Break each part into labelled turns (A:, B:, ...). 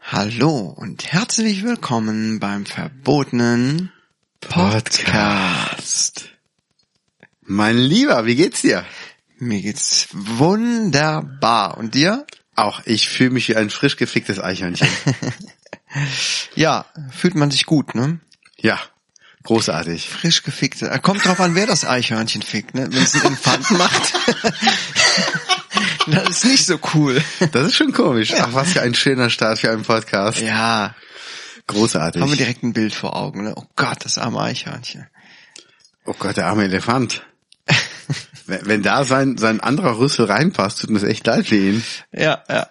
A: Hallo und herzlich willkommen beim verbotenen Podcast.
B: Mein Lieber, wie geht's dir?
A: Mir geht's wunderbar. Und dir?
B: Auch ich fühle mich wie ein frisch geficktes Eichhörnchen.
A: Ja, fühlt man sich gut, ne?
B: ja, großartig.
A: Frisch gefickte. Äh, Kommt drauf an, wer das Eichhörnchen fickt, ne? Wenn es einen Elefanten macht. das ist nicht so cool.
B: Das ist schon komisch. Ach, was für ein schöner Start für einen Podcast.
A: Ja, haben wir
B: Großartig.
A: direkt ein Bild vor Augen, ne? Oh Gott, das arme Eichhörnchen.
B: Oh Gott, der arme Elefant. Wenn wenn da sein, sein anderer Rüssel reinpasst, tut mir das echt leid für ihn.
A: Ja, ja.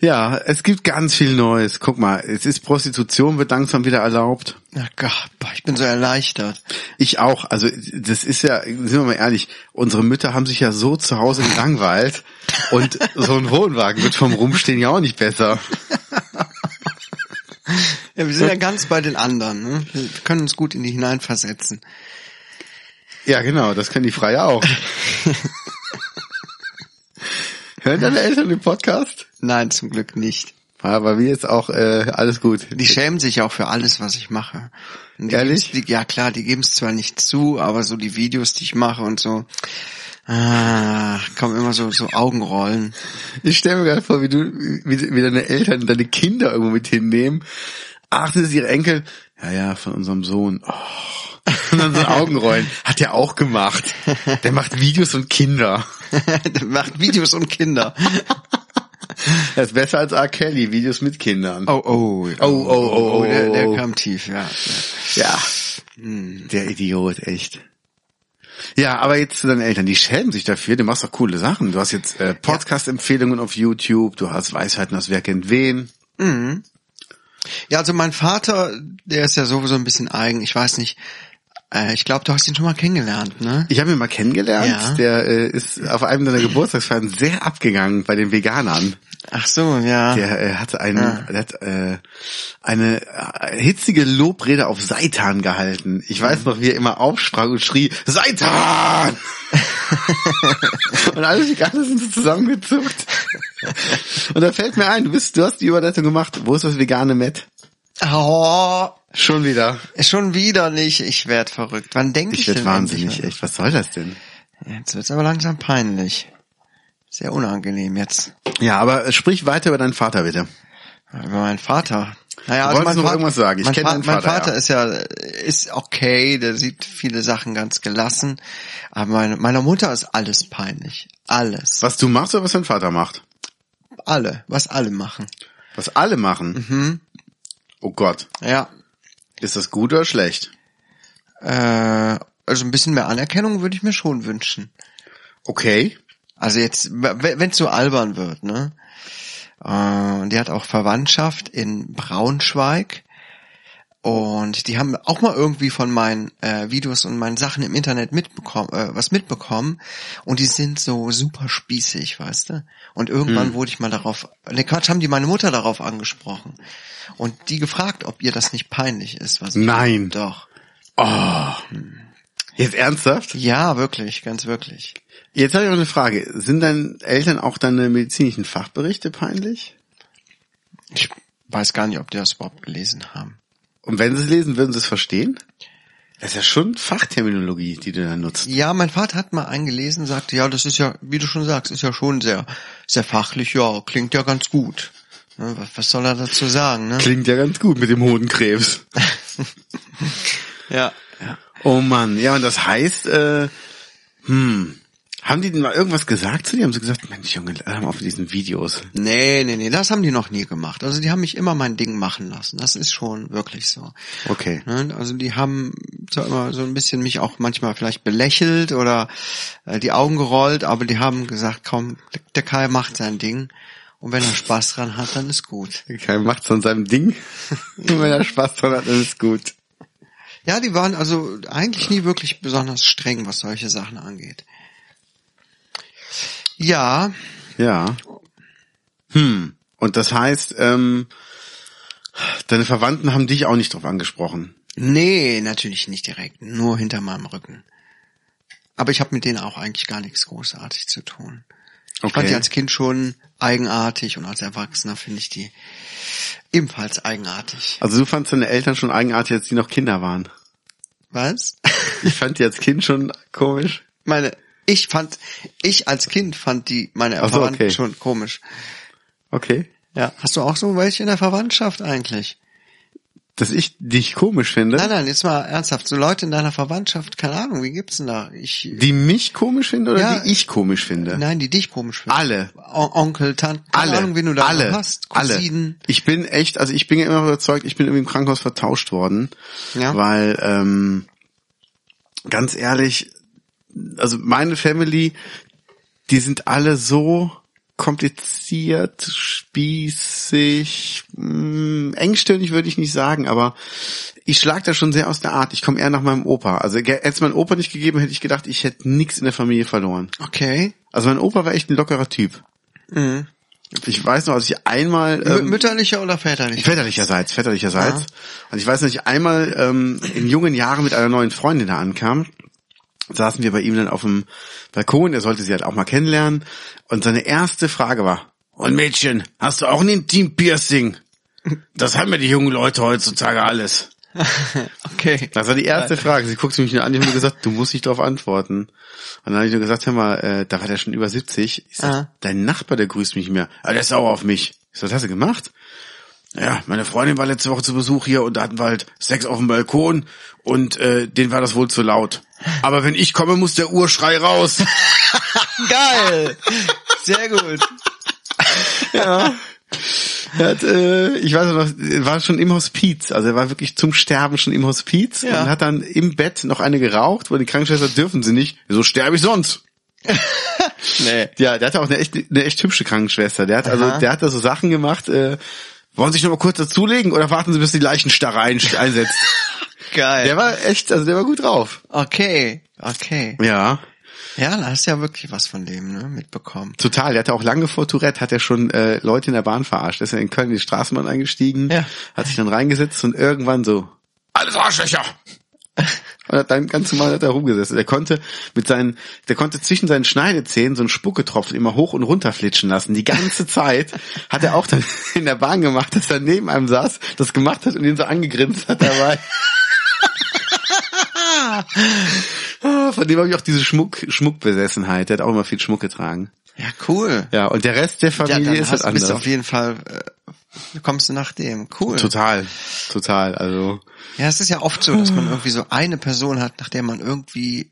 B: Ja, es gibt ganz viel Neues. Guck mal, es ist Prostitution, wird langsam wieder erlaubt.
A: Na Gott, boah, ich bin so erleichtert.
B: Ich auch. Also das ist ja, sind wir mal ehrlich, unsere Mütter haben sich ja so zu Hause gelangweilt und so ein Wohnwagen wird vom Rumstehen ja auch nicht besser.
A: Ja, wir sind ja ganz bei den anderen, ne? Wir können uns gut in die hineinversetzen.
B: Ja, genau, das können die Freier auch. Hören deine Eltern den Podcast?
A: Nein, zum Glück nicht.
B: Ja, bei mir ist auch äh, alles gut.
A: Die schämen sich auch für alles, was ich mache. Und die
B: Ehrlich?
A: geben's- Die, ja klar, die geben es zwar nicht zu, aber so die Videos, die ich mache und so, ah, kommen immer so, so Augenrollen.
B: Ich stelle mir gerade vor, wie du, wie, wie deine Eltern deine Kinder irgendwo mit hinnehmen. Ach, das ist ihre Enkel. Ja, ja, von unserem Sohn. Oh. Und dann so Augenrollen. Hat er auch gemacht. Der macht Videos und Kinder.
A: Der macht Videos und Kinder.
B: Das ist besser als R. Kelly, Videos mit Kindern.
A: Oh, oh.
B: Oh, oh, oh, oh.
A: der, der kam tief, ja.
B: Ja. Hm, Der Idiot, echt. Ja, aber jetzt zu deinen Eltern, die schämen sich dafür, du machst doch coole Sachen. Du hast jetzt äh, Podcast-Empfehlungen auf YouTube, du hast Weisheiten aus Wer kennt wen.
A: Ja, also mein Vater, der ist ja sowieso ein bisschen eigen, ich weiß nicht. Äh, ich glaube, du hast ihn schon mal kennengelernt, ne?
B: Ich habe ihn mal kennengelernt,
A: Ja.
B: der äh, ist auf einem deiner Geburtstagsfeiern sehr abgegangen bei den Veganern.
A: Ach so, ja.
B: Der äh, hatte einen, der hat, äh, eine äh, hitzige Lobrede auf Seitan gehalten. Ich weiß noch, wie er immer aufsprang und schrie, Seitan! und alle Veganer sind so zusammengezuckt. und da fällt mir ein, du, bist, du hast die Überleitung gemacht. Wo ist das vegane Met?
A: Oh,
B: Schon wieder.
A: schon wieder nicht. Ich werd verrückt. Wann denke ich,
B: Ich werd
A: denn endlich
B: wahnsinnig,
A: mal-
B: echt. Was soll das denn?
A: Jetzt wird's aber langsam peinlich. Sehr unangenehm jetzt.
B: Ja, aber äh, sprich weiter über deinen Vater, bitte.
A: Über meinen Vater. Naja, also
B: Du wolltest noch irgendwas sagen. Ich
A: mein,
B: kenn
A: Fa-
B: deinen
A: mein
B: Vater,
A: Vater
B: ja.
A: ist ja ist okay, der sieht viele Sachen ganz gelassen. Aber meine, meiner Mutter ist alles peinlich. Alles.
B: Was du machst oder was dein Vater macht?
A: Alle. Was alle machen.
B: Was alle machen? Oh Gott.
A: Ja.
B: Ist das gut oder schlecht?
A: Äh, also ein bisschen mehr Anerkennung würde ich mir schon wünschen.
B: Okay.
A: Also jetzt, wenn es so albern wird, ne? Äh, Und die hat auch Verwandtschaft in Braunschweig. Und die haben auch mal irgendwie von meinen äh, Videos und meinen Sachen im Internet mitbekommen, äh, was mitbekommen. Und die sind so super spießig, weißt du? Und irgendwann wurde ich mal darauf, ne Quatsch, haben die meine Mutter darauf angesprochen. Und die gefragt, ob ihr das nicht peinlich ist. Was ich-
B: Nein.
A: Doch.
B: Jetzt ernsthaft?
A: Ja, wirklich, ganz wirklich.
B: Jetzt habe ich noch eine Frage. Sind deinen Eltern auch deine medizinischen Fachberichte peinlich?
A: Ich weiß gar nicht, ob die das überhaupt gelesen haben.
B: Und wenn sie es lesen, würden sie es verstehen? Das ist ja schon Fachterminologie, die du da nutzt.
A: Ja, mein Vater hat mal einen gelesen, sagte, ja, das ist ja, wie du schon sagst, ist ja schon sehr, sehr fachlich, ja, klingt ja ganz gut. Ne, Was, was soll er dazu sagen, ne?
B: Klingt ja ganz gut mit dem Hodenkrebs.
A: Ja.
B: Oh Mann, ja, und das heißt, äh, hm, haben die denn mal irgendwas gesagt zu dir? Haben sie gesagt, Mensch, Junge, hör mal auf mit diesen Videos.
A: Nee, nee, nee, das haben die noch nie gemacht. Also die haben mich immer mein Ding machen lassen. Das ist schon wirklich so.
B: Okay.
A: Ne, Also die haben zwar immer so ein bisschen mich auch manchmal vielleicht belächelt oder äh, die Augen gerollt, aber die haben gesagt, komm, der- der Kai macht sein Ding. Und wenn er Spaß dran hat, dann ist gut.
B: Kein macht's an seinem Ding. Und wenn er Spaß dran hat, dann ist gut.
A: Ja, die waren also eigentlich nie wirklich besonders streng, was solche Sachen angeht. Ja,
B: Ja. Hm. Und das heißt, ähm, deine Verwandten haben dich auch nicht drauf angesprochen.
A: nee, natürlich nicht direkt, nur hinter meinem Rücken. Aber ich habe mit denen auch eigentlich gar nichts großartig zu tun. Ich fand die als Kind schon eigenartig und als Erwachsener finde ich die ebenfalls eigenartig.
B: Also du fandst deine Eltern schon eigenartig, als die noch Kinder waren.
A: Was?
B: Ich fand die als Kind schon komisch.
A: Meine, ich fand, ich als Kind fand die meine
B: Ach so,
A: Verwandten
B: okay.
A: schon komisch.
B: Okay.
A: Ja. Hast du auch so welche in der Verwandtschaft eigentlich?
B: Dass ich dich komisch finde.
A: Nein, nein, jetzt mal ernsthaft. So Leute in deiner Verwandtschaft, keine Ahnung, wie gibt's denn da? Ich,
B: Die mich komisch finde oder
A: Ja.
B: die ich komisch finde?
A: nein, die dich komisch finden.
B: Alle.
A: On Onkel, Tanten, keine
B: alle,
A: Ahnung, wen du da
B: alle,
A: hast.
B: alle.
A: Cousinen.
B: Ich bin echt, also ich bin ja immer überzeugt, ich bin irgendwie im Krankenhaus vertauscht worden,
A: Ja.
B: weil ähm, ganz ehrlich, also meine Family, die sind alle so kompliziert, spießig, mh, engstirnig würde ich nicht sagen, aber ich schlag da schon sehr aus der Art. Ich komme eher nach meinem Opa. Also hätte es mein Opa nicht gegeben, hätte ich gedacht, ich hätte nichts in der Familie verloren.
A: Okay.
B: Also mein Opa war echt ein lockerer Typ.
A: Mhm.
B: Ich weiß noch, als ich einmal
A: Mü-
B: ähm,
A: mütterlicher oder väterlicher?
B: väterlicherseits, väterlicherseits, und ich weiß noch, als ich einmal ähm, in jungen Jahren mit einer neuen Freundin da ankam, saßen wir bei ihm dann auf dem Balkon. Er sollte sie halt auch mal kennenlernen. Und seine erste Frage war: Und Mädchen, hast du auch ein Intim-Piercing? Das haben ja die jungen Leute heutzutage alles.
A: Okay.
B: Das war die erste Frage. Sie guckte mich nur an, ich habe nur gesagt, du musst nicht darauf antworten. Und dann habe ich nur gesagt, hör mal, äh, da war der schon über 70. Ich sag,
A: Ah.
B: dein Nachbar, der grüßt mich nicht mehr. Ah, der ist sauer auf mich. Ich sag, was hast du gemacht? Ja, meine Freundin war letzte Woche zu Besuch hier und da hatten wir halt Sex auf dem Balkon und äh, denen war das wohl zu laut. Aber wenn ich komme, muss der Urschrei raus.
A: Geil. Sehr gut.
B: Er hat, äh, ich weiß noch, er war schon im Hospiz, also er war wirklich zum Sterben schon im Hospiz
A: Ja.
B: und hat dann im Bett noch eine geraucht, wo die Krankenschwester dürfen sie nicht, so sterbe ich sonst.
A: Nee.
B: Ja, der hatte auch eine echt, eine echt hübsche Krankenschwester. Der hat also,
A: Aha.
B: der hat da so Sachen gemacht. Äh, wollen Sie sich noch mal kurz dazulegen oder warten Sie, bis die Leichenstarre ein, einsetzt?
A: Geil.
B: der war echt, also der war gut drauf.
A: Okay. Okay.
B: Ja,
A: Ja, da hast du ja wirklich was von dem, ne, mitbekommen.
B: total. Der hatte auch lange vor Tourette, hat er schon äh, Leute in der Bahn verarscht. Der ist ja in Köln in die Straßenbahn eingestiegen,
A: Ja.
B: hat sich dann reingesetzt und irgendwann so, alles Arschlöcher! Und hat dann ganz normal hat er rumgesessen. Der konnte mit seinen, der konnte zwischen seinen Schneidezähnen so einen Spucketropfen immer hoch und runter flitschen lassen. Die ganze Zeit hat er auch dann in der Bahn gemacht, dass er neben einem saß, das gemacht hat und ihn so angegrinst hat dabei. Ah, Von dem habe ich auch diese Schmuck, Schmuckbesessenheit. Der hat auch immer viel Schmuck getragen.
A: Ja, cool.
B: Ja, und der Rest der Familie
A: dann
B: ist halt
A: hast- bist du
B: anders.
A: auf jeden Fall, äh, kommst du nach dem. Cool.
B: Total, total. Also
A: Ja, es ist ja oft so, dass man irgendwie so eine Person hat, nach der man irgendwie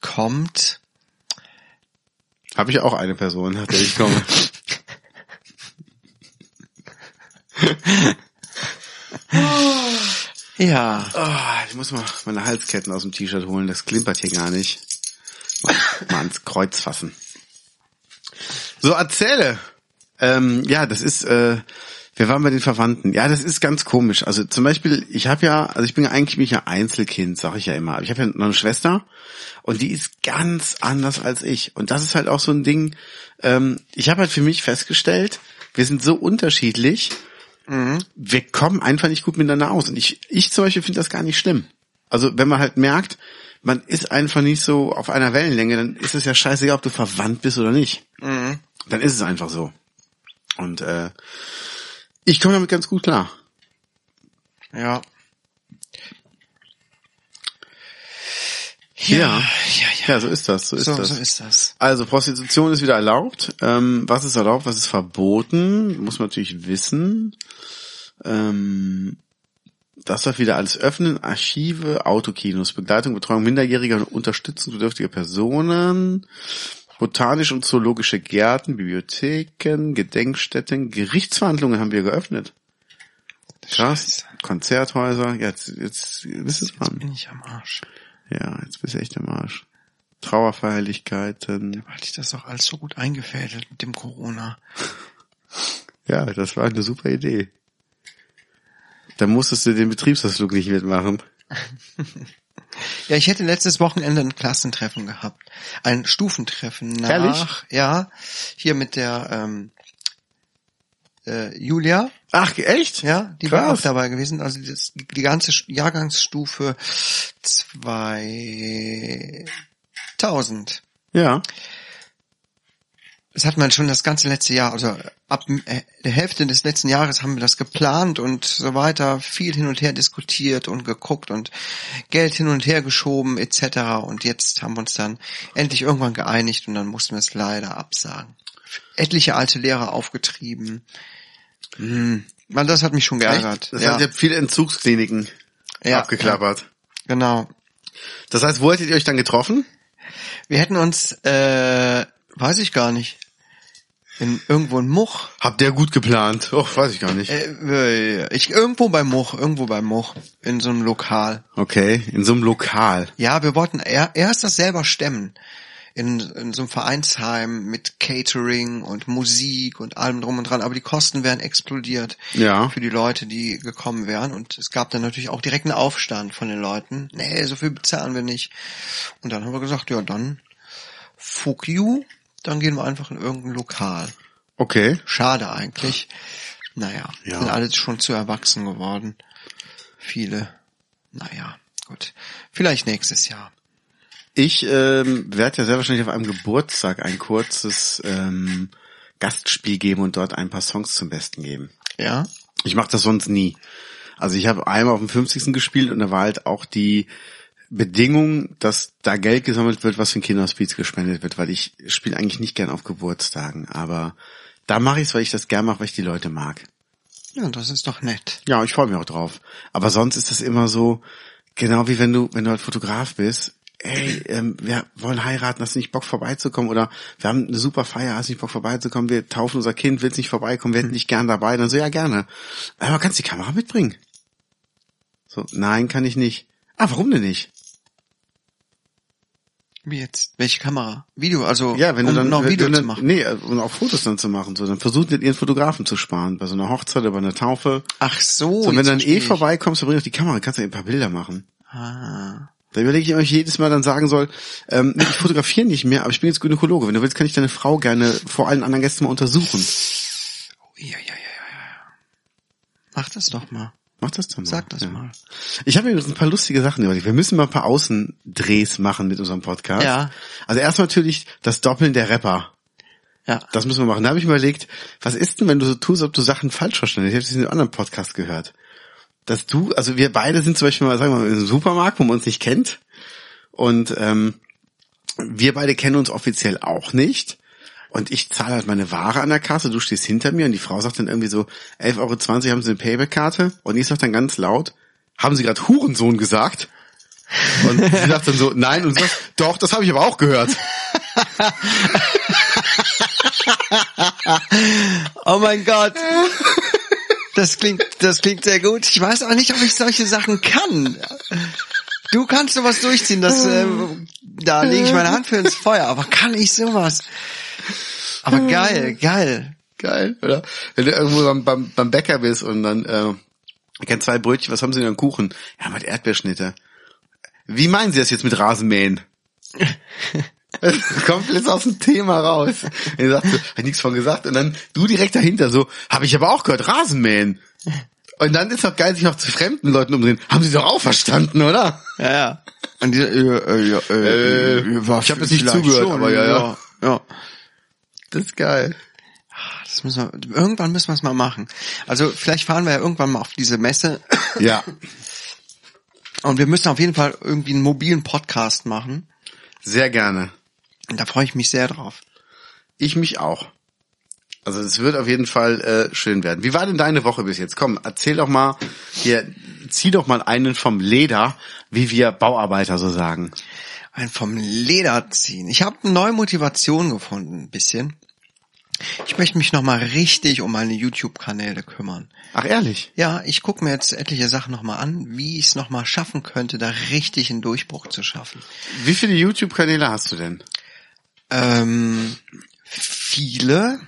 A: kommt.
B: habe ich auch eine Person, nach der ich komme.
A: Ja.
B: Ah, ich muss mal meine Halsketten aus dem T-Shirt holen, das klimpert hier gar nicht. Mal, mal ans Kreuz fassen. So, erzähle. Ähm, ja, das ist, äh, wir waren bei den Verwandten. Ja, das ist ganz komisch. Also zum Beispiel, ich habe ja, also ich bin ja eigentlich mich ja Einzelkind, sag ich ja immer. Aber ich habe ja noch eine Schwester und die ist ganz anders als ich. Und das ist halt auch so ein Ding. Ähm, ich habe halt für mich festgestellt, wir sind so unterschiedlich wir kommen einfach nicht gut miteinander aus. Und ich, ich zum Beispiel finde das gar nicht schlimm. Also wenn man halt merkt, man ist einfach nicht so auf einer Wellenlänge, dann ist es ja scheißegal, ob du verwandt bist oder nicht. Dann ist es einfach so. Und äh, ich komme damit ganz gut klar.
A: Ja.
B: Ja.
A: Ja, ja.
B: Ja, so ist das. So ist
A: so,
B: das.
A: so ist das.
B: Also Prostitution ist wieder erlaubt. Ähm, was ist erlaubt, was ist verboten? Muss man natürlich wissen. Ähm, das darf wieder alles öffnen. Archive, Autokinos, Begleitung, Betreuung minderjähriger und Unterstützung bedürftiger Personen, botanische und zoologische Gärten, Bibliotheken, Gedenkstätten, Gerichtsverhandlungen haben wir geöffnet. Krass. Konzerthäuser. Ja, Jetzt, jetzt, jetzt ist man.
A: Bin ich am Arsch.
B: Ja, jetzt bist du echt im Arsch. Trauerfeierlichkeiten.
A: Hatte ich das doch alles so gut eingefädelt mit dem Corona.
B: Ja, das war eine super Idee. Da musstest du den Betriebsausflug nicht mitmachen.
A: Ja, ich hätte letztes Wochenende ein Klassentreffen gehabt. Ein Stufentreffen nach.
B: Ehrlich?
A: Ja. Hier mit der ähm, äh, Julia,
B: Ach, echt?
A: ja, die war
B: Krass.
A: auch dabei gewesen. Also das, die ganze Sch- Jahrgangsstufe 2000.
B: Ja.
A: Das hat man schon das ganze letzte Jahr, also ab äh, der Hälfte des letzten Jahres haben wir das geplant und so weiter, viel hin und her diskutiert und geguckt und Geld hin und her geschoben etc. Und jetzt haben wir uns dann endlich irgendwann geeinigt und dann mussten wir es leider absagen. Etliche alte Lehrer aufgetrieben. Hm. Man, das hat mich schon geärgert.
B: Echt? Das
A: ja.
B: heißt, ihr habt viele Entzugskliniken
A: Ja.
B: abgeklappert.
A: Genau.
B: Das heißt, wo hättet ihr euch dann getroffen?
A: Wir hätten uns, äh, weiß ich gar nicht, in irgendwo in Much.
B: Habt ihr gut geplant? Och, Oh, weiß ich gar nicht.
A: Äh, ich irgendwo bei Moch, irgendwo bei Moch in so einem Lokal.
B: Okay, in so einem Lokal.
A: Ja, wir wollten er, erst das selber stemmen. In, in so einem Vereinsheim mit Catering und Musik und allem drum und dran. Aber die Kosten wären explodiert
B: Ja.
A: für die Leute, die gekommen wären. Und es gab dann natürlich auch direkt einen Aufstand von den Leuten. Nee, so viel bezahlen wir nicht. Und dann haben wir gesagt, ja, dann fuck you. Dann gehen wir einfach in irgendein Lokal.
B: Okay.
A: Schade eigentlich. Naja,
B: Ja.
A: sind alle schon zu erwachsen geworden. Viele. Naja, gut. Vielleicht nächstes Jahr.
B: Ich ähm, werde ja sehr wahrscheinlich auf einem Geburtstag ein kurzes ähm, Gastspiel geben und dort ein paar Songs zum Besten geben.
A: Ja?
B: Ich mache das sonst nie. Also ich habe einmal auf dem 50. gespielt und da war halt auch die Bedingung, dass da Geld gesammelt wird, was für ein Kinderhospiz gespendet wird, weil ich spiele eigentlich nicht gern auf Geburtstagen, aber da mache ich es, weil ich das gern mache, weil ich die Leute mag.
A: Ja, das ist doch nett.
B: Ja, ich freue mich auch drauf. Aber sonst ist das immer so, genau wie wenn du, wenn du halt Fotograf bist, ey, ähm, wir wollen heiraten, hast du nicht Bock vorbeizukommen oder wir haben eine super Feier, hast du nicht Bock vorbeizukommen, wir taufen unser Kind, willst nicht vorbeikommen, wir hätten
A: Hm.
B: dich gern dabei, dann so, ja gerne. Aber kannst die Kamera mitbringen? So, nein, kann ich nicht. Ah, warum denn nicht?
A: Wie jetzt? Welche Kamera? Video, also
B: Ja, wenn
A: um
B: du dann
A: noch ein
B: wenn
A: Video
B: du dann,
A: zu machen.
B: Nee, äh, und auch Fotos dann zu machen. So, dann versucht ihr ihren Fotografen zu sparen. Bei so einer Hochzeit oder bei einer Taufe.
A: Ach so.
B: So,
A: Oh,
B: und wenn
A: jetzt
B: du dann
A: verstehe
B: eh
A: ich.
B: vorbeikommst, dann bring doch die Kamera, kannst du ein paar Bilder machen.
A: Ah.
B: Da überlege ich, mir, ob ich jedes Mal dann sagen soll, ähm, nee, ich fotografiere nicht mehr, aber ich bin jetzt Gynäkologe. Wenn du willst, kann ich deine Frau gerne vor allen anderen Gästen mal untersuchen.
A: Oh, ja, ja, ja, ja, ja. Mach das doch mal.
B: Mach das doch mal.
A: Sag das
B: ja.
A: mal.
B: Ich habe übrigens ein paar lustige Sachen überlegt. Wir müssen mal ein paar Außendrehs machen mit unserem Podcast.
A: Ja.
B: Also erstmal natürlich das Doppeln der Rapper.
A: Ja.
B: Das müssen wir machen. Da habe ich mir überlegt, was ist denn, wenn du so tust, ob du Sachen falsch verstanden hast? Ich habe das in einem anderen Podcast gehört. Dass du, also wir beide sind zum Beispiel mal, sagen wir mal, im Supermarkt, wo man uns nicht kennt. Und ähm, wir beide kennen uns offiziell auch nicht. Und ich zahle halt meine Ware an der Kasse, du stehst hinter mir und die Frau sagt dann irgendwie so, 11,20 Euro haben sie eine Payback-Karte. Und ich sag dann ganz laut, haben sie gerade Hurensohn gesagt? Und sie sagt dann so, nein, und du sagst, doch, das habe ich aber auch gehört.
A: Oh mein Gott. Das klingt, das klingt sehr gut. Ich weiß auch nicht, ob ich solche Sachen kann. Du kannst sowas durchziehen, das, äh, da lege ich meine Hand für ins Feuer, aber kann ich sowas? Aber geil, geil.
B: Geil, oder? Wenn du irgendwo beim, beim, beim Bäcker bist und dann, äh, ich kenn zwei Brötchen, was haben sie denn an Kuchen? Ja, mit Erdbeerschnitte. Wie meinen sie das jetzt mit Rasenmähen? Komplett aus dem Thema raus. Und er sagt so, hab ich nichts von gesagt. Und dann du direkt dahinter so, habe ich aber auch gehört, Rasenmähen. Und dann ist doch geil, sich noch zu fremden Leuten umdrehen. Haben sie doch auch verstanden, oder?
A: Ja, ja. Und die, äh, äh, ja,
B: Äh, ich hab jetzt nicht
A: vielleicht
B: zugehört, aber ja, ja.
A: ja.
B: Das ist geil.
A: Ah, Das müssen wir, irgendwann müssen wir es mal machen. Also vielleicht fahren wir ja irgendwann mal auf diese Messe
B: Ja.
A: und wir müssen auf jeden Fall irgendwie einen mobilen Podcast machen.
B: Sehr gerne.
A: Und da freue ich mich sehr drauf.
B: Ich mich auch. Also es wird auf jeden Fall äh, schön werden. Wie war denn deine Woche bis jetzt? Komm, erzähl doch mal, hier, zieh doch mal einen vom Leder, wie wir Bauarbeiter so sagen.
A: Ein vom Leder ziehen. Ich habe eine neue Motivation gefunden, ein bisschen. Ich möchte mich nochmal richtig um meine YouTube-Kanäle kümmern.
B: Ach ehrlich?
A: Ja, ich gucke mir jetzt etliche Sachen nochmal an, wie ich es nochmal schaffen könnte, da richtig einen Durchbruch zu schaffen.
B: Wie viele YouTube-Kanäle hast du denn?
A: Ähm, viele,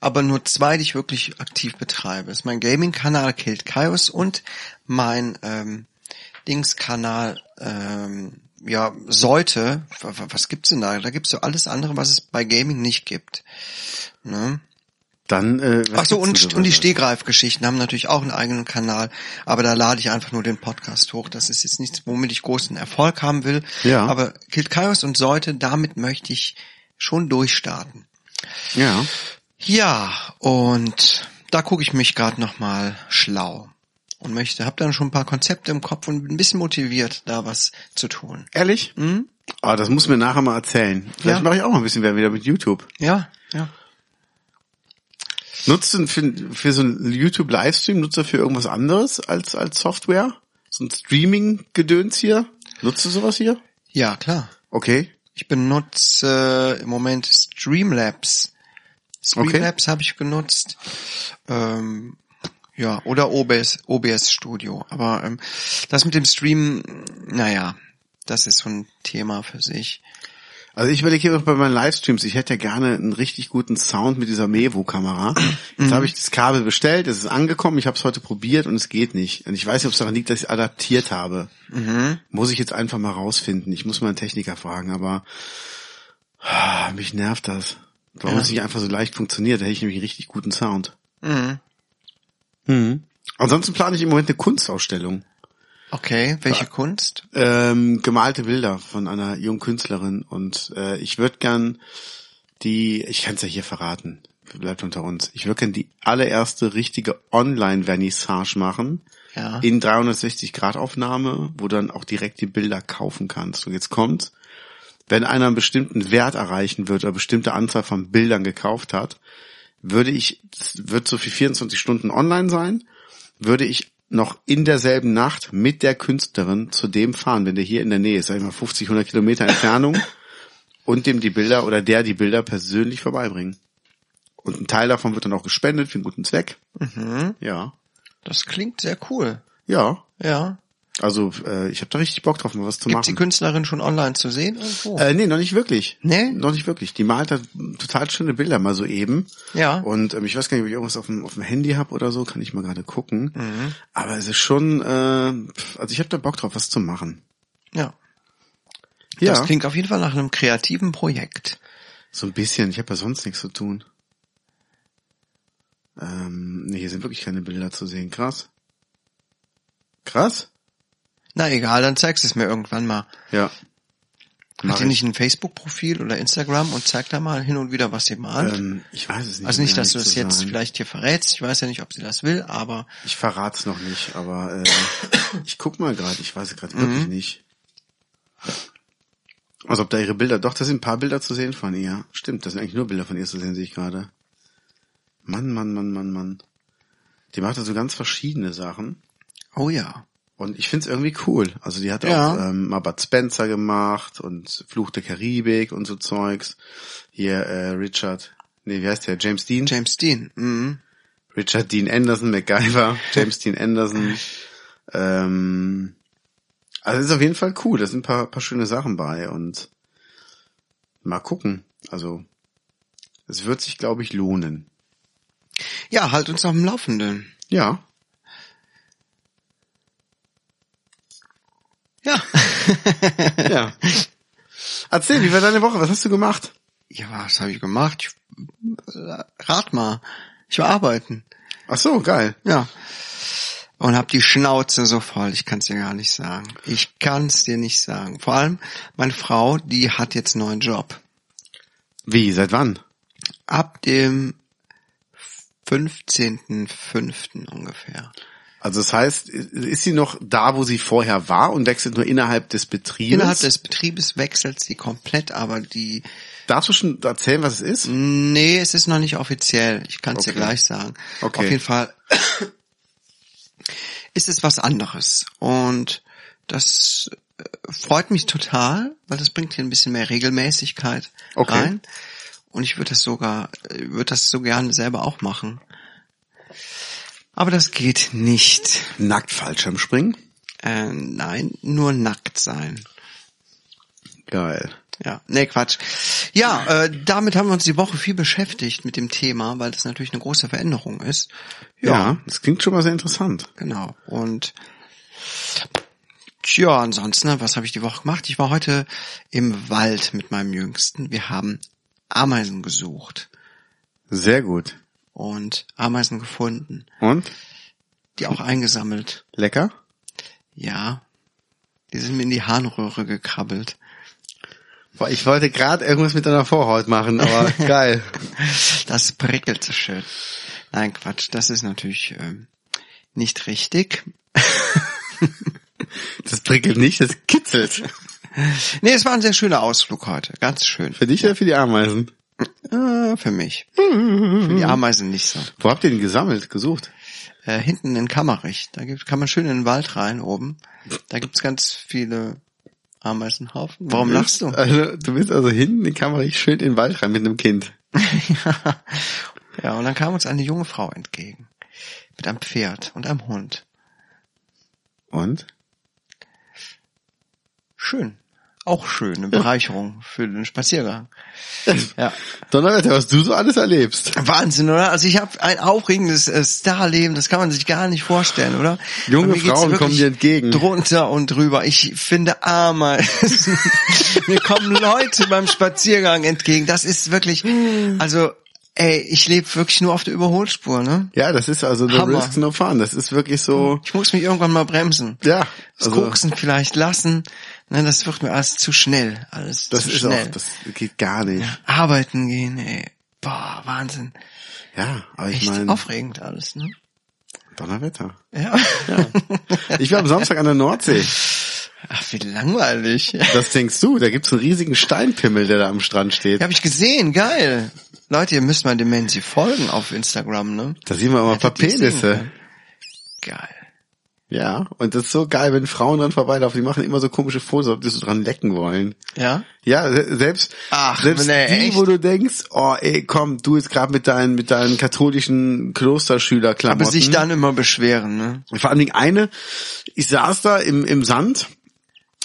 A: aber nur zwei, die ich wirklich aktiv betreibe. Das ist mein Gaming-Kanal Killed Chaos und mein ähm, Dingskanal ähm, ja, Seite, wa- wa- was gibt's denn da? Da gibt's so alles andere, was es bei Gaming nicht gibt. Ne?
B: Dann, äh, was
A: Ach so,
B: gibt's
A: und,
B: denn
A: und die
B: so?
A: Stehgreifgeschichten haben natürlich auch einen eigenen Kanal, aber da lade ich einfach nur den Podcast hoch. Das ist jetzt nichts, womit ich großen Erfolg haben will.
B: Ja.
A: Aber Kilt Chaos und Seute, damit möchte ich schon durchstarten.
B: Ja.
A: Ja, und da gucke ich mich gerade nochmal schlau und möchte, habe dann schon ein paar Konzepte im Kopf und bin ein bisschen motiviert, da was zu tun.
B: Ehrlich? Mhm. Ah, das muss mir nachher mal erzählen. Vielleicht
A: Ja.
B: mache ich auch mal ein bisschen mehr wieder mit YouTube.
A: Ja, ja.
B: Nutzt du für, für so einen YouTube-Livestream, nutzt du für irgendwas anderes als, als Software? So ein Streaming-Gedöns hier? Nutzt du sowas hier?
A: Ja, klar.
B: Okay.
A: Ich benutze äh, im Moment Streamlabs. Streamlabs habe ich genutzt. Ähm, ja, oder OBS, OBS Studio. Aber ähm, das mit dem Stream, naja, das ist so ein Thema für sich.
B: Also ich überlege hier noch bei meinen Livestreams, ich hätte ja gerne einen richtig guten Sound mit dieser Mevo-Kamera. Jetzt habe ich das Kabel bestellt, es ist angekommen, ich habe es heute probiert und es geht nicht. Und ich weiß nicht, ob es daran liegt, dass ich es adaptiert habe. Muss ich jetzt einfach mal rausfinden. Ich muss mal einen Techniker fragen, aber ah, mich nervt das. Warum es nicht einfach so leicht funktioniert, da hätte ich nämlich einen richtig guten Sound. Mhm. Ansonsten plane ich im Moment eine Kunstausstellung.
A: Okay, welche Kunst?
B: Ähm, gemalte Bilder von einer jungen Künstlerin und äh, ich würde gern die, ich kann es ja hier verraten, bleibt unter uns, ich würde gern die allererste richtige Online-Vernissage machen.
A: Ja.
B: In 360-Grad-Aufnahme, wo du dann auch direkt die Bilder kaufen kannst. Und jetzt kommt, wenn einer einen bestimmten Wert erreichen wird oder bestimmte Anzahl von Bildern gekauft hat, würde ich, das wird so für 24 Stunden online sein, würde ich noch in derselben Nacht mit der Künstlerin zu dem fahren, wenn der hier in der Nähe ist, sag ich mal 50, 100 Kilometer Entfernung und dem die Bilder oder der die Bilder persönlich vorbeibringen. Und ein Teil davon wird dann auch gespendet für einen guten Zweck. Ja.
A: Das klingt sehr cool.
B: Ja.
A: Ja.
B: Also äh, ich habe da richtig Bock drauf, mal was zu
A: Gibt die
B: machen.
A: Künstlerin schon online zu sehen? Irgendwo?
B: Äh, nee, noch nicht wirklich.
A: Nee?
B: Noch nicht wirklich. Die malt da total schöne Bilder mal so eben.
A: Ja.
B: Und ähm, ich weiß gar nicht, ob ich irgendwas auf dem, auf dem Handy habe oder so, kann ich mal gerade gucken.
A: Mhm.
B: Aber es ist schon, äh, pf, also ich habe da Bock drauf, was zu machen.
A: ja.
B: Ja,
A: Das klingt auf jeden Fall nach einem kreativen Projekt.
B: so ein bisschen. Ich habe ja sonst nichts zu tun. Ähm, nee, hier sind wirklich keine Bilder zu sehen. Krass. Krass?
A: Na egal, dann zeigst du es mir irgendwann mal.
B: Ja. Mach
A: Hat sie
B: ich.
A: nicht ein Facebook-Profil oder Instagram und zeigt da mal hin und wieder, was sie malt?
B: Ähm, ich weiß es nicht.
A: also
B: um
A: nicht, dass du
B: ehrlich
A: es
B: zu
A: jetzt
B: sein.
A: vielleicht hier verrätst. Ich weiß ja nicht, ob sie das will, aber
B: Ich verrate es noch nicht, aber äh, ich guck mal gerade. Ich weiß es gerade wirklich nicht. Also ob da ihre Bilder. Doch, da sind ein paar Bilder zu sehen von ihr. Stimmt, das sind eigentlich nur Bilder von ihr zu sehen, sehe ich gerade. Mann, Mann, Mann, Mann, Mann. Die macht da so ganz verschiedene Sachen.
A: oh ja.
B: Und ich find's irgendwie cool. Also die hat
A: Ja.
B: auch ähm, mal Bud Spencer gemacht und Fluch der Karibik und so Zeugs. Hier äh, Richard, nee, wie heißt der? James Dean?
A: James Dean. Mhm.
B: Richard Dean Anderson, MacGyver, James Dean Anderson. Ähm, also es ist auf jeden Fall cool. Da sind ein paar, paar schöne Sachen bei und mal gucken. Also es wird sich, glaube ich, lohnen.
A: Ja, halt uns auf dem Laufenden.
B: Ja.
A: Ja.
B: Ja. Erzähl, wie war deine Woche? Was hast du gemacht?
A: Ja, was habe ich gemacht? Ich, äh, rat mal. Ich war arbeiten.
B: Ach so, geil.
A: Ja. Und hab die Schnauze so voll. Ich kann's dir gar nicht sagen. Ich kann's dir nicht sagen. Vor allem meine Frau, die hat jetzt einen neuen Job.
B: Wie? Seit wann?
A: Ab dem 15.05. ungefähr.
B: Also das heißt, ist sie noch da, wo sie vorher war und wechselt nur innerhalb des Betriebes?
A: Innerhalb des Betriebes wechselt sie komplett, aber die
B: Darfst du schon erzählen, was es ist?
A: Mhm. Nee, es ist noch nicht offiziell. Ich kann es dir
B: Okay.
A: gleich sagen.
B: Okay.
A: Auf jeden Fall ist es was anderes. Und das äh, freut mich total, weil das bringt hier ein bisschen mehr Regelmäßigkeit
B: Okay.
A: rein. Und ich würde das sogar, äh, würde das so gerne selber auch machen. Aber das geht nicht.
B: Nackt Fallschirmspringen.
A: Äh, nein, nur nackt sein.
B: Geil.
A: Ja, nee, Quatsch. Ja, äh, damit haben wir uns die Woche viel beschäftigt mit dem Thema, weil das natürlich eine große Veränderung ist.
B: Ja, das klingt schon mal sehr interessant.
A: Genau. Und Tja, ansonsten, ne, was habe ich die Woche gemacht? Ich war heute im Wald mit meinem Jüngsten. Wir haben Ameisen gesucht
B: Sehr gut.
A: und Ameisen gefunden,
B: Und?
A: die auch eingesammelt.
B: Lecker?
A: Ja, die sind mir in die Harnröhre gekrabbelt.
B: Boah, Ich wollte gerade irgendwas mit deiner Vorhaut machen, aber geil.
A: Das prickelt so schön. Nein, Quatsch, das ist natürlich ähm, nicht richtig.
B: Das prickelt nicht, das kitzelt.
A: Nee, es war ein sehr schöner Ausflug heute. Ganz schön.
B: Für dich oder für die Ameisen?
A: Äh, für mich. Für die Ameisen nicht so.
B: Wo habt ihr denn gesammelt, gesucht?
A: Äh, hinten in Kammerich. Da gibt, kann man schön in den Wald rein oben. Da gibt's ganz viele Ameisenhaufen. Warum lachst du?
B: Also, du bist also hinten in die Kamera richtig schön in den Wald rein mit einem Kind.
A: ja, und dann kam uns eine junge Frau entgegen. Mit einem Pferd und einem Hund.
B: Und?
A: Schön. Auch schön. Eine Bereicherung für den Spaziergang. Ja.
B: Donnerwetter, was du so alles erlebst.
A: Wahnsinn, oder? Also ich habe ein aufregendes äh, Starleben, das kann man sich gar nicht vorstellen, oder?
B: Junge
A: Bei mir geht's
B: Frauen
A: wirklich
B: kommen dir entgegen.
A: Drunter und drüber. Ich finde Ameisen. Mir kommen Leute beim Spaziergang entgegen. Das ist wirklich, also ey, ich lebe wirklich nur auf der Überholspur, ne?
B: Ja, das ist also the
A: Hammer.
B: risks no fun. Das ist wirklich so,
A: Ich muss mich irgendwann mal bremsen.
B: ja,
A: Das
B: also,
A: Koksen vielleicht lassen. Ne, das wird mir alles zu schnell. Alles
B: das
A: zu
B: ist
A: schnell.
B: auch, das geht gar nicht.
A: Arbeiten gehen, ey. Boah, Wahnsinn.
B: Ja, aber ich
A: Echt
B: meine,
A: aufregend alles, ne?
B: Donnerwetter.
A: Ja.
B: Ich war am Samstag an der Nordsee.
A: Ach, wie langweilig. Ja,
B: Das denkst du, da gibt's einen riesigen Steinpimmel, der da am Strand steht.
A: hab ich gesehen, geil. Leute, ihr müsst mal dem Menzi folgen auf Instagram, ne?
B: Da sieht man immer ein paar
A: Hättet ihr's sehen
B: Penisse.
A: können. Geil.
B: Ja, und das ist so geil, wenn Frauen dran vorbeilaufen, die machen immer so komische Fotos, ob die so dran lecken wollen.
A: Ja?
B: Ja, se- selbst,
A: Ach,
B: selbst
A: nee,
B: die,
A: echt?
B: wo du denkst, oh ey, komm, du jetzt gerade mit deinen, mit deinen katholischen Klosterschülerklamotten.
A: Aber sich dann immer beschweren, ne?
B: Vor allen Dingen eine, ich saß da im, im Sand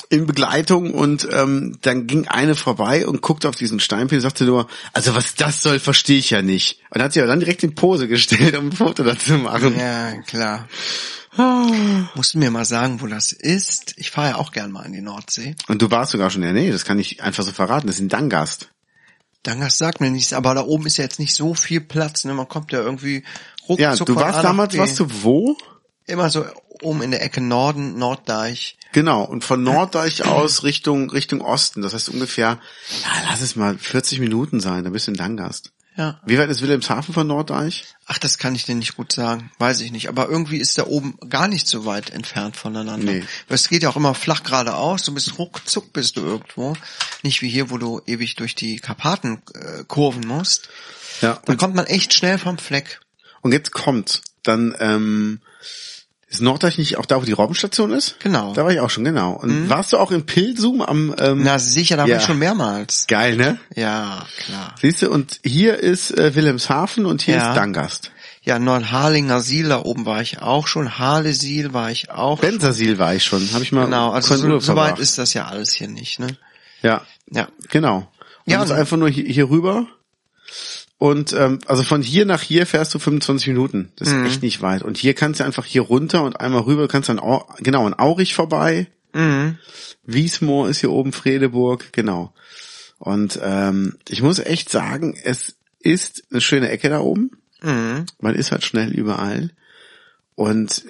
B: in Begleitung und ähm, dann ging eine vorbei und guckte auf diesen Steinpilz und sagte nur, also was das soll, verstehe ich ja nicht. Und hat sich aber dann direkt in Pose gestellt, um ein Foto dazu zu machen. Ah.
A: Ja, klar. Musst du mir mal sagen, wo das ist? Ich fahre ja auch gern mal an die Nordsee.
B: Und du warst sogar schon, ja nee, das kann ich einfach so verraten, das ist in Dangast.
A: Dangas sagt mir nichts, aber da oben ist ja jetzt nicht so viel Platz, ne? Man kommt ja irgendwie ruckzuck
B: Ja, du
A: von A
B: warst
A: nach
B: damals,
A: B.
B: warst du wo?
A: Immer so oben in der Ecke Norden, Norddeich.
B: Genau, und von Norddeich aus Richtung, Richtung Osten, das heißt ungefähr, ja, lass es mal 40 Minuten sein, da bist du in Dangast.
A: Ja.
B: Wie weit ist Wilhelmshaven von Norddeich?
A: Ach, das kann ich dir nicht gut sagen. Weiß ich nicht. Aber irgendwie ist da oben gar nicht so weit entfernt voneinander.
B: Nee.
A: Weil es geht ja auch immer flach geradeaus. Du bist ruckzuck bist du irgendwo. Nicht wie hier, wo du ewig durch die Karpaten äh, kurven musst.
B: Ja,
A: Da kommt man echt schnell vom Fleck.
B: Und jetzt kommt, dann ähm, ist Norddeich nicht auch da, wo die Raumstation ist?
A: Genau. Mhm.
B: Da war ich auch schon, genau. Und warst du auch im Pilsum am ähm,
A: Na sicher, da
B: Ja.
A: war ich schon mehrmals.
B: geil, ne?
A: Ja, klar.
B: Siehst du, und hier ist äh, Wilhelmshaven und hier
A: Ja.
B: ist Dangast.
A: Ja, Nordharlinger Siel, da oben war ich auch schon. Harlesiel war ich auch.
B: Bensersiel war ich schon, habe ich mal
A: Genau, also
B: kurz
A: so,
B: Urlaub
A: so weit
B: verbracht.
A: ist das ja alles hier nicht, ne?
B: Ja,
A: Ja.
B: genau. Und
A: Ja, also-
B: ja, du musst
A: und-
B: einfach nur hier, hier rüber. Und ähm, also von hier nach hier fährst du 25 Minuten. Das ist
A: Mhm.
B: echt nicht weit. Und hier kannst du einfach hier runter und einmal rüber. Du kannst dann Au- genau an Aurich vorbei.
A: Mhm.
B: Wiesmoor ist hier oben, Fredeburg, genau. Und ähm, ich muss echt sagen, es ist eine schöne Ecke da oben.
A: Mhm.
B: Man ist halt schnell überall. Und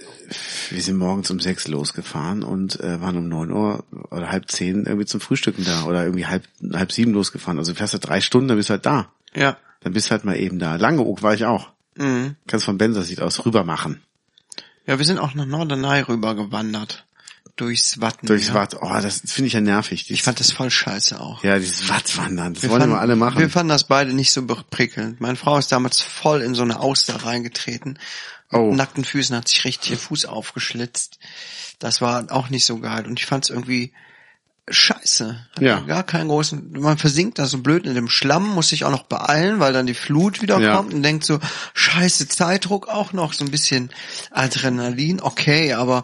B: wir sind morgens um sechs losgefahren und äh, waren um neun Uhr oder halb zehn irgendwie zum Frühstücken da oder irgendwie halb, halb sieben losgefahren. Also du fährst halt drei Stunden, dann bist du halt da.
A: Ja.
B: Dann bist du halt mal eben da. Langeoog war ich auch.
A: Mhm.
B: Kannst von Bensersied aus rüber machen.
A: Ja, wir sind auch nach Norderney rüber gewandert. Durchs Watten.
B: Durchs
A: ja.
B: Watt. Oh, das finde ich ja nervig. Dieses,
A: Ich fand das voll scheiße auch.
B: ja, dieses Wattwandern. Das wollen immer alle machen.
A: Wir fanden das beide nicht so prickelnd. Meine Frau ist damals voll in so eine Auster reingetreten. Mit
B: Oh.
A: nackten Füßen hat sich richtig ihr Fuß aufgeschlitzt. Das war auch nicht so geil. Und ich fand es irgendwie scheiße. Hat
B: Ja.
A: Gar keinen großen. Man versinkt da so blöd in dem Schlamm, muss sich auch noch beeilen, weil dann die Flut wieder
B: Ja.
A: kommt und denkt so, scheiße, Zeitdruck auch noch, so ein bisschen Adrenalin, okay, aber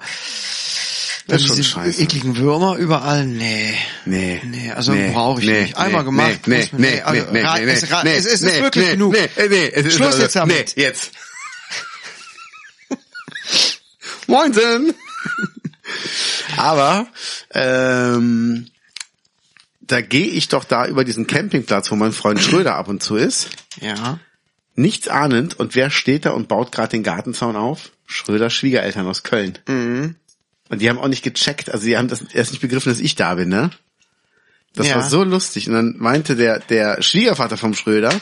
B: Das ist
A: diese
B: schon scheiße.
A: ekligen Würmer überall, nee.
B: Nee.
A: Nee, also brauche ich nicht. Einmal gemacht,
B: Nee,
A: muss man-
B: nee,
A: nee, also
B: nee, nee,
A: ra-
B: nee, nee,
A: es ra-
B: nee,
A: es- es ist
B: nee,
A: wirklich
B: nee,
A: genug.
B: Nee, nee, nee, es ist
A: Schluss
B: also-
A: jetzt damit.
B: Nee, jetzt. Moinsen! Aber ähm, da gehe ich doch da über diesen Campingplatz, wo mein Freund Schröder ab und zu ist,
A: Ja.
B: nichts ahnend. Und wer steht da und baut gerade den Gartenzaun auf? Schröders Schwiegereltern aus Köln. Und die haben auch nicht gecheckt, also die haben das erst nicht begriffen, dass ich da bin, ne? Das
A: Ja.
B: war so lustig. Und dann meinte der, der Schwiegervater vom Schröder,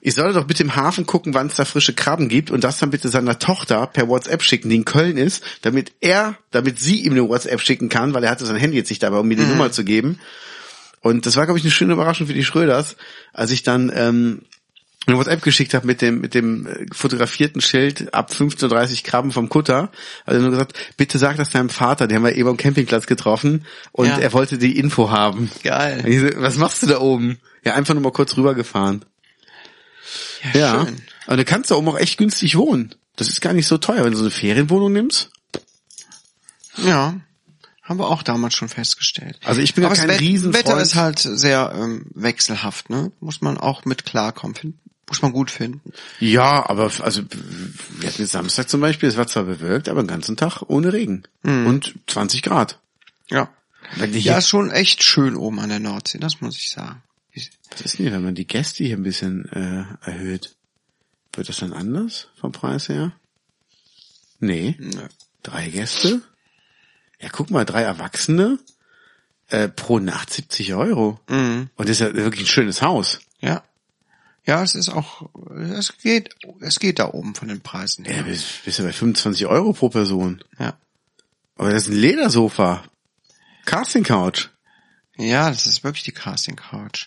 B: ich solle doch bitte im Hafen gucken, wann es da frische Krabben gibt und das dann bitte seiner Tochter per WhatsApp schicken, die in Köln ist, damit er, damit sie ihm eine WhatsApp schicken kann, weil er hatte sein Handy jetzt nicht dabei, um mir die Nummer zu geben. Und das war, glaube ich, eine schöne Überraschung für die Schröders, als ich dann ähm, eine WhatsApp geschickt habe mit dem mit dem äh, fotografierten Schild ab 15.30 Krabben vom Kutter. Also nur gesagt, bitte sag das deinem Vater, den haben wir eben am Campingplatz getroffen und
A: Ja.
B: er wollte die Info haben.
A: Geil.
B: Und ich so, Was machst du da oben? Ja, einfach nur mal kurz rübergefahren. Ja.
A: schön.
B: Und du kannst da oben auch echt günstig wohnen. Das ist gar nicht so teuer, wenn du so eine Ferienwohnung nimmst.
A: Ja. Haben wir auch damals schon festgestellt.
B: Also ich bin ja
A: Aber
B: kein
A: das We-
B: Riesenfreund.
A: Wetter ist halt sehr ähm, wechselhaft, ne? Muss man auch mit klarkommen, find, muss man gut finden.
B: Ja, aber f- also wir hatten jetzt Samstag zum Beispiel, es war zwar bewölkt, aber den ganzen Tag ohne Regen. Und 20 Grad.
A: Ja.
B: Mhm. Wenn die
A: Ja,
B: hier-
A: ist schon echt schön oben an der Nordsee, das muss ich sagen. Ich-
B: Was ist denn hier, wenn man die Gäste hier ein bisschen äh, erhöht? Wird das dann anders vom Preis her? Nee.
A: Nö.
B: Drei Gäste? Ja, guck mal, drei Erwachsene äh, pro Nacht 70 Euro.
A: Mhm.
B: Und das ist ja wirklich ein schönes Haus.
A: Ja. Ja, es ist auch, es geht, es geht da oben von den Preisen
B: Ja,
A: her.
B: bist, bist ja bei 25 Euro pro Person.
A: Ja.
B: Aber das ist ein Ledersofa. Casting Couch.
A: Ja, das ist wirklich die Casting Couch.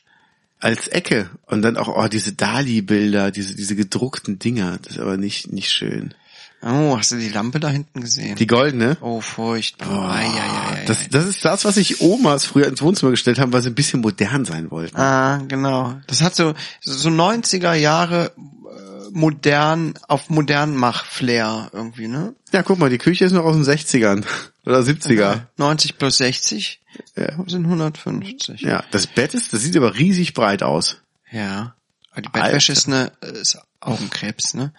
B: Als Ecke. Und dann auch oh, diese Dali-Bilder, diese, diese gedruckten Dinger. Das ist aber nicht, nicht schön.
A: Oh, hast du die Lampe da hinten gesehen?
B: Die goldene.
A: oh, furchtbar. Ai, ai, ai, ai,
B: Das, das ist das, was sich Omas früher ins Wohnzimmer gestellt haben, weil sie ein bisschen modern sein wollten.
A: Ah, genau. Das hat so so 90er Jahre äh, modern auf modern Mach Flair irgendwie, ne?
B: Ja, guck mal, die Küche ist noch aus den 60ern oder 70er.
A: 90 plus 60 sind 150.
B: Ja, das Bett ist, das sieht aber riesig breit aus.
A: Ja. Aber die
B: Alter.
A: Bettwäsche ist eine ist Augenkrebs, ne?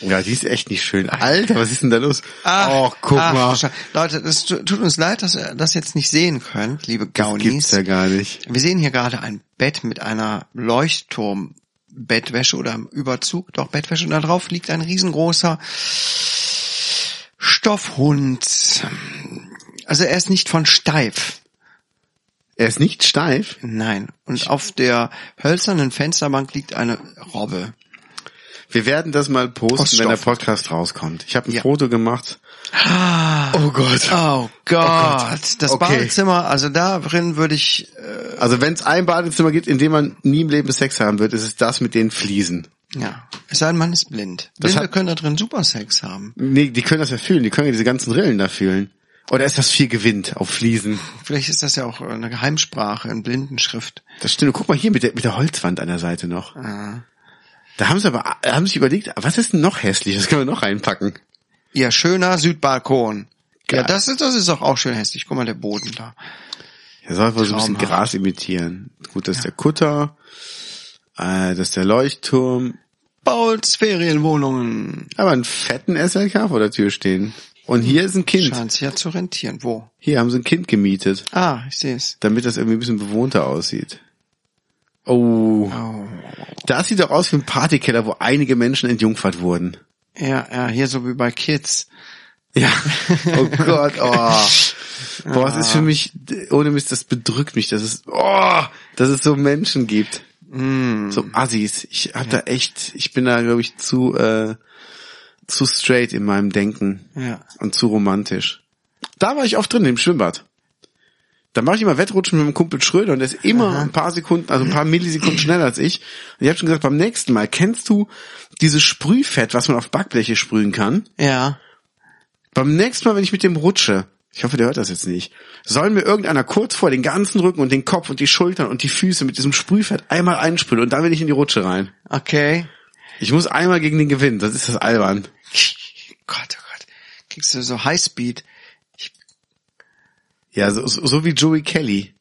B: Ja, die ist echt nicht schön. Alter, was ist denn da los?
A: Ach,
B: oh, guck
A: Ah. ach,
B: mal.
A: Sche- Leute, es tu- tut uns leid, dass ihr das jetzt nicht sehen könnt, liebe
B: Das gibt's
A: Gaunis.
B: ja gar nicht.
A: Wir sehen hier gerade ein Bett mit einer Leuchtturm-Bettwäsche oder im Überzug, doch Bettwäsche. Und da drauf liegt ein riesengroßer Stoffhund. Also er ist nicht von steif.
B: Er ist nicht steif.
A: Nein. Und auf der hölzernen Fensterbank liegt eine Robbe.
B: Wir werden das mal
A: Aus
B: posten, wenn der
A: Stoff.
B: Podcast rauskommt. Ich habe
A: Oh,
B: ein
A: Ja. Ah.
B: Foto gemacht. Oh Gott.
A: Oh Gott. Das
B: Okay.
A: Badezimmer, also da drin würde ich, äh,
B: Also wenn es ein Badezimmer gibt, in dem man nie im Leben Sex haben wird, ist es das mit den Fliesen.
A: ja. Es sei denn, man ist blind.
B: Das
A: Blinde
B: hat-
A: können da drin super Sex haben.
B: Nee, die können das ja fühlen, die können ja diese ganzen Rillen da fühlen. Oder ist das viel gewinnt auf Fliesen?
A: Vielleicht ist das ja auch eine Geheimsprache in Blindenschrift.
B: Das stimmt. Und Guck mal hier mit der, mit der Holzwand an der Seite noch. Da haben sie aber, da haben sie sich überlegt, was ist denn noch hässlich? Das können wir noch reinpacken.
A: Ihr schöner Südbalkon.
B: Geil.
A: Ja, das ist, das ist auch, auch schön hässlich. Guck mal, der Boden da.
B: Er soll wohl so ein bisschen
A: Traumhaft.
B: Gras imitieren. Gut, das ist der Kutter, äh, das ist der Leuchtturm,
A: Bauls Ferienwohnungen.
B: aber einen fetten SLK vor der Tür stehen. Und hier ist ein Kind.
A: Scheint sich ja zu rentieren. Wo?
B: Hier haben sie ein Kind gemietet,
A: Ah, ich sehe es.
B: damit das irgendwie ein bisschen bewohnter aussieht. Oh.
A: Oh.
B: Das sieht doch aus wie ein Partykeller, wo einige Menschen entjungfert wurden.
A: Ja, ja, hier so wie bei Kids.
B: Ja. Oh Gott, Ah. oh. Boah, es ist für mich, ohne Mist, das bedrückt mich, dass es, oh, dass es so Menschen gibt. So Assis. Ich hab da echt, ich bin da, glaube ich, zu, äh, zu straight in meinem Denken.
A: Ja.
B: Und zu romantisch. Da war ich oft drin, im Schwimmbad. Da mache ich immer Wettrutschen mit meinem Kumpel Schröder und der ist immer ein paar Sekunden, also ein paar Millisekunden schneller als ich. Und ich habe schon gesagt, beim nächsten Mal, kennst du dieses Sprühfett, was man auf Backbleche sprühen kann?
A: Ja.
B: Beim nächsten Mal, wenn ich mit dem rutsche, ich hoffe, der hört das jetzt nicht, soll mir irgendeiner kurz vor den ganzen Rücken und den Kopf und die Schultern und die Füße mit diesem Sprühfett einmal einsprühen und dann will ich in die Rutsche rein.
A: Okay.
B: Ich muss einmal gegen den gewinnen, das ist das Albern.
A: Gott, oh Gott. Kriegst du so Highspeed.
B: Ja, so, so so wie Joey Kelly,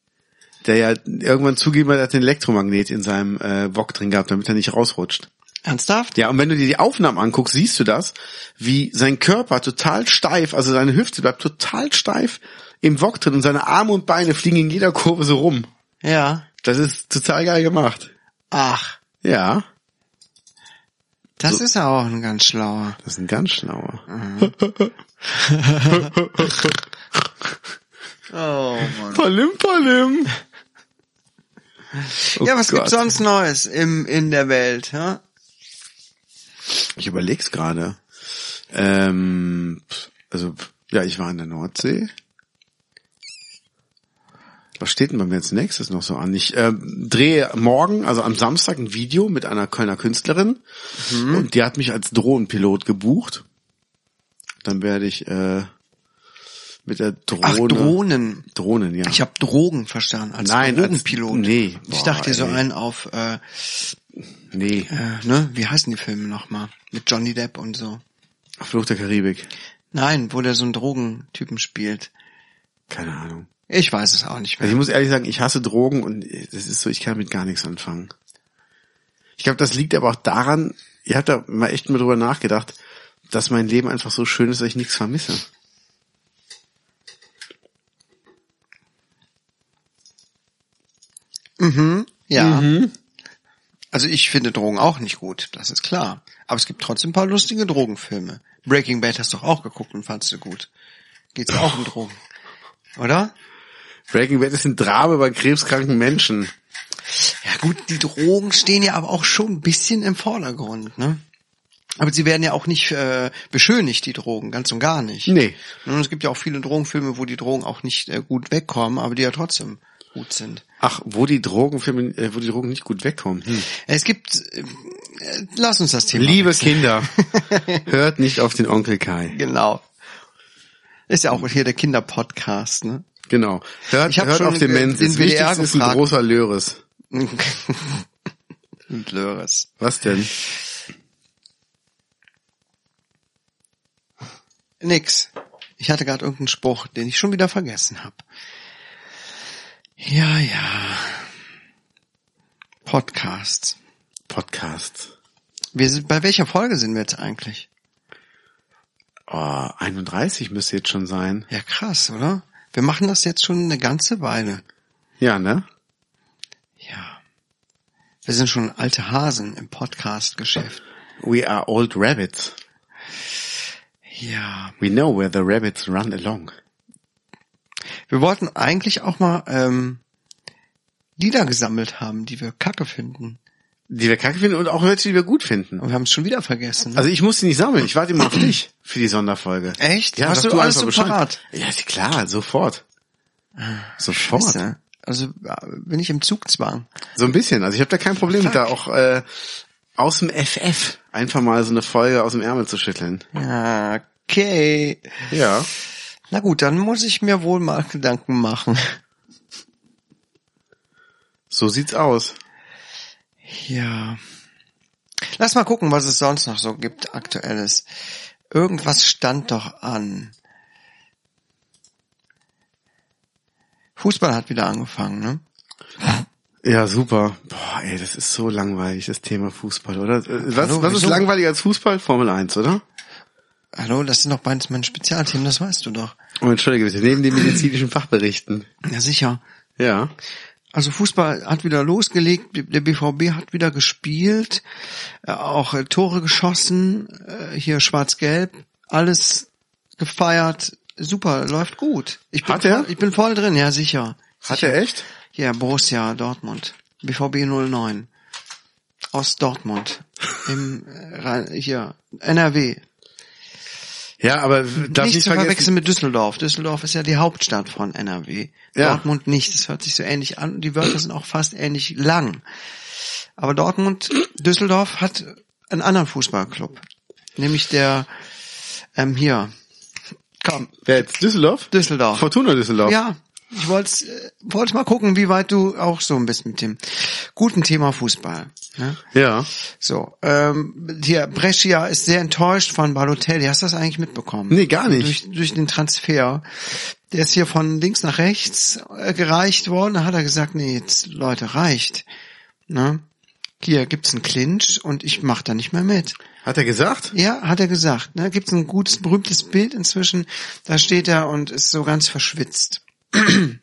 B: der ja irgendwann zugeben hat, er hat den Elektromagnet in seinem äh, Wok drin gehabt, damit er nicht rausrutscht.
A: Ernsthaft?
B: Ja, und wenn du dir die Aufnahmen anguckst, siehst du das, wie sein Körper total steif, also seine Hüfte bleibt total steif im Wok drin und seine Arme und Beine fliegen in jeder Kurve so rum.
A: Ja.
B: Das ist total geil gemacht.
A: Ach,
B: Ja,
A: das ist ja auch ein ganz schlauer.
B: das ist ein ganz schlauer.
A: Oh Mann.
B: Palim, palim. Oh
A: ja, was
B: Gott.
A: gibt's sonst Neues im, in der Welt? Ja?
B: Ich überleg's gerade. Ähm, pf, also, pf, ja, ich war in der Nordsee. Was steht denn bei mir als nächstes noch so an? Ich ähm, drehe morgen, also am Samstag, ein Video mit einer Kölner Künstlerin
A: Mhm.
B: und die hat mich als Drohnenpilot gebucht. Dann werde ich äh, mit der Drohne.
A: Ach, Drohnen.
B: Drohnen, ja.
A: Ich habe Drogen verstanden, als
B: Nein, als-
A: Drogenpilot.
B: nee.
A: ich
B: Boah,
A: dachte so
B: ey.
A: einen auf, äh,
B: nee,
A: äh, ne, wie heißen die Filme nochmal? Mit Johnny Depp und so.
B: Fluch der Karibik.
A: Nein, wo der so einen Drogentypen spielt.
B: Keine Ahnung.
A: Ich weiß es auch nicht
B: Also
A: mehr.
B: ich muss ehrlich sagen, ich hasse Drogen und das ist so, ich kann mit gar nichts anfangen. Ich glaube, das liegt aber auch daran, ich habe da mal echt mal drüber nachgedacht, dass mein Leben einfach so schön ist, dass ich nichts vermisse.
A: Ja. Also ich finde Drogen auch nicht gut, das ist klar. Aber es gibt trotzdem ein paar lustige Drogenfilme. Breaking Bad hast du doch auch geguckt und fandst du gut. Geht's auch um Drogen. Oder?
B: Breaking Bad ist ein Drama bei krebskranken Menschen.
A: Ja gut, die Drogen stehen ja aber auch schon ein bisschen im Vordergrund, ne? Aber sie werden ja auch nicht äh, beschönigt, die Drogen, ganz und gar nicht.
B: Nee.
A: Und es gibt ja auch viele Drogenfilme, wo die Drogen auch nicht äh, gut wegkommen, aber die ja trotzdem gut sind.
B: Ach, wo die Drogenfilme, äh, wo die Drogen nicht gut wegkommen. Hm.
A: Es gibt, äh, äh, lass uns das Thema.
B: Liebe Kinder, hört nicht auf den Onkel Kai.
A: Genau. Ist ja auch hier der Kinderpodcast, ne?
B: Genau. Hört,
A: Ich hab
B: hört
A: schon
B: auf den
A: den
B: Mensch. Das
A: WDR
B: Wichtigste ist ein
A: gefragt.
B: großer Löres.
A: Und Löres.
B: Was denn?
A: Nix. Ich hatte gerade irgendeinen Spruch, den ich schon wieder vergessen habe. Ja, ja. Podcasts.
B: Podcast.
A: Wir sind, bei welcher Folge sind wir jetzt eigentlich?
B: Oh, 31 müsste jetzt schon sein.
A: Ja, krass, oder? Wir machen das jetzt schon eine ganze Weile.
B: Ja, ne?
A: Ja. Wir sind schon alte Hasen im Podcast-Geschäft.
B: We are old rabbits.
A: Ja.
B: We know where the rabbits run along.
A: Wir wollten eigentlich auch mal ähm, Lieder gesammelt haben, die wir kacke finden.
B: Die wir kacke finden und auch welche, die wir gut finden.
A: Und wir haben es schon wieder vergessen. ne?
B: Also ich muss die nicht sammeln. Ich warte immer auf dich für die Sonderfolge.
A: Echt?
B: Ja,
A: Hast
B: sag
A: du alles
B: einfach
A: so
B: Bescheid.
A: parat? Ah,
B: Ja, ist klar, sofort.
A: Weißt
B: Sofort.
A: du, also ja, bin ich im Zugzwang.
B: So ein bisschen. Also ich habe da kein Problem mit da auch äh, aus dem FF einfach mal so eine Folge aus dem Ärmel zu schütteln.
A: Okay.
B: Ja.
A: Na gut, dann muss ich mir wohl mal Gedanken machen.
B: So sieht's aus.
A: Ja. Lass mal gucken, was es sonst noch so gibt, aktuelles. Irgendwas stand doch an. Fußball hat wieder angefangen, ne?
B: Ja, super. Boah, ey, das ist so langweilig, das Thema Fußball, oder? Äh, Was,
A: Hallo,
B: was ist
A: wieso?
B: langweiliger als Fußball? Formel 1, oder?
A: Hallo, das sind doch beides meine Spezialthemen, das weißt du doch.
B: Oh, entschuldige bitte, neben den medizinischen Fachberichten.
A: Ja, sicher.
B: Ja.
A: Also Fußball hat wieder losgelegt, der BVB hat wieder gespielt, äh, auch äh, Tore geschossen, äh, hier schwarz-gelb, alles gefeiert, super, läuft gut. Ich bin
B: Hat er?
A: Voll, ich bin voll drin, ja sicher.
B: Hat er echt?
A: Ja, Borussia Dortmund, BVB 09 aus Dortmund im äh, Rhein- hier NRW.
B: Ja, aber darf
A: Nicht
B: nicht
A: zu verwechseln
B: vergessen.
A: mit Düsseldorf. Düsseldorf ist ja die Hauptstadt von NRW.
B: Ja.
A: Dortmund nicht. Das hört sich so ähnlich an. Die Wörter sind auch fast ähnlich lang. Aber Dortmund, Düsseldorf hat einen anderen Fußballclub. Nämlich der, ähm, hier. Komm,
B: Wer jetzt? Düsseldorf?
A: Düsseldorf.
B: Fortuna Düsseldorf.
A: Ja, ich wollte äh, wollte mal gucken, wie weit du auch so ein bisschen mit dem guten Thema Fußball. Ne?
B: Ja.
A: So, ähm, hier, Brescia ist sehr enttäuscht von Balotelli. Hast du das eigentlich mitbekommen?
B: Nee, gar nicht.
A: Durch, durch den Transfer. Der ist hier von links nach rechts äh, gereicht worden. Da hat er gesagt, nee, jetzt, Leute, reicht. Ne? hier gibt's einen Clinch und ich mach da nicht mehr mit.
B: Hat er gesagt?
A: Ja, hat er gesagt. Ne? Gibt's ein gutes, berühmtes Bild inzwischen. Da steht er und ist so ganz verschwitzt.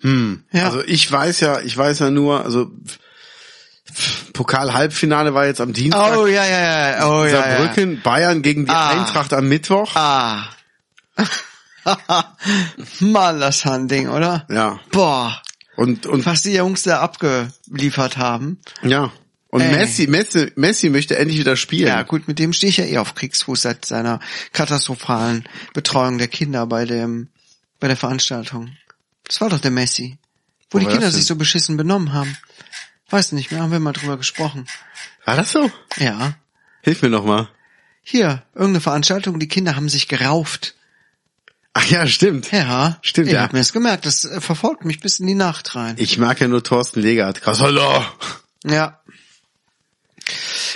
B: Hm.
A: Ja.
B: Also ich weiß ja, ich weiß ja nur, also pff, Pokal-Halbfinale war jetzt am Dienstag.
A: Oh ja, ja, ja. Oh ja. ja.
B: Saarbrücken, Bayern gegen die
A: Ah.
B: Eintracht am Mittwoch.
A: Ah. Mann, das Handing, oder?
B: Ja.
A: Boah,
B: Und und
A: was die Jungs da abgeliefert haben.
B: ja. Und
A: Ey.
B: Messi, Messi, Messi möchte endlich wieder spielen.
A: Ja gut, mit dem stehe ich ja eh auf Kriegsfuß seit seiner katastrophalen Betreuung der Kinder bei dem bei der Veranstaltung. Das war doch der Messi, wo
B: Wo
A: die
B: war
A: Kinder
B: das
A: sich
B: denn?
A: so beschissen benommen haben. Weiß nicht mehr, haben wir mal drüber gesprochen.
B: War das so?
A: Ja,
B: Hilf mir noch mal.
A: hier irgendeine Veranstaltung, die Kinder haben sich gerauft.
B: Ach ja, stimmt.
A: Ja,
B: Stimmt,
A: Ich
B: ja.
A: hab mir das gemerkt. Das äh, verfolgt mich bis in die Nacht rein.
B: Ich mag ja nur Thorsten Legert. Kasala.
A: Ja.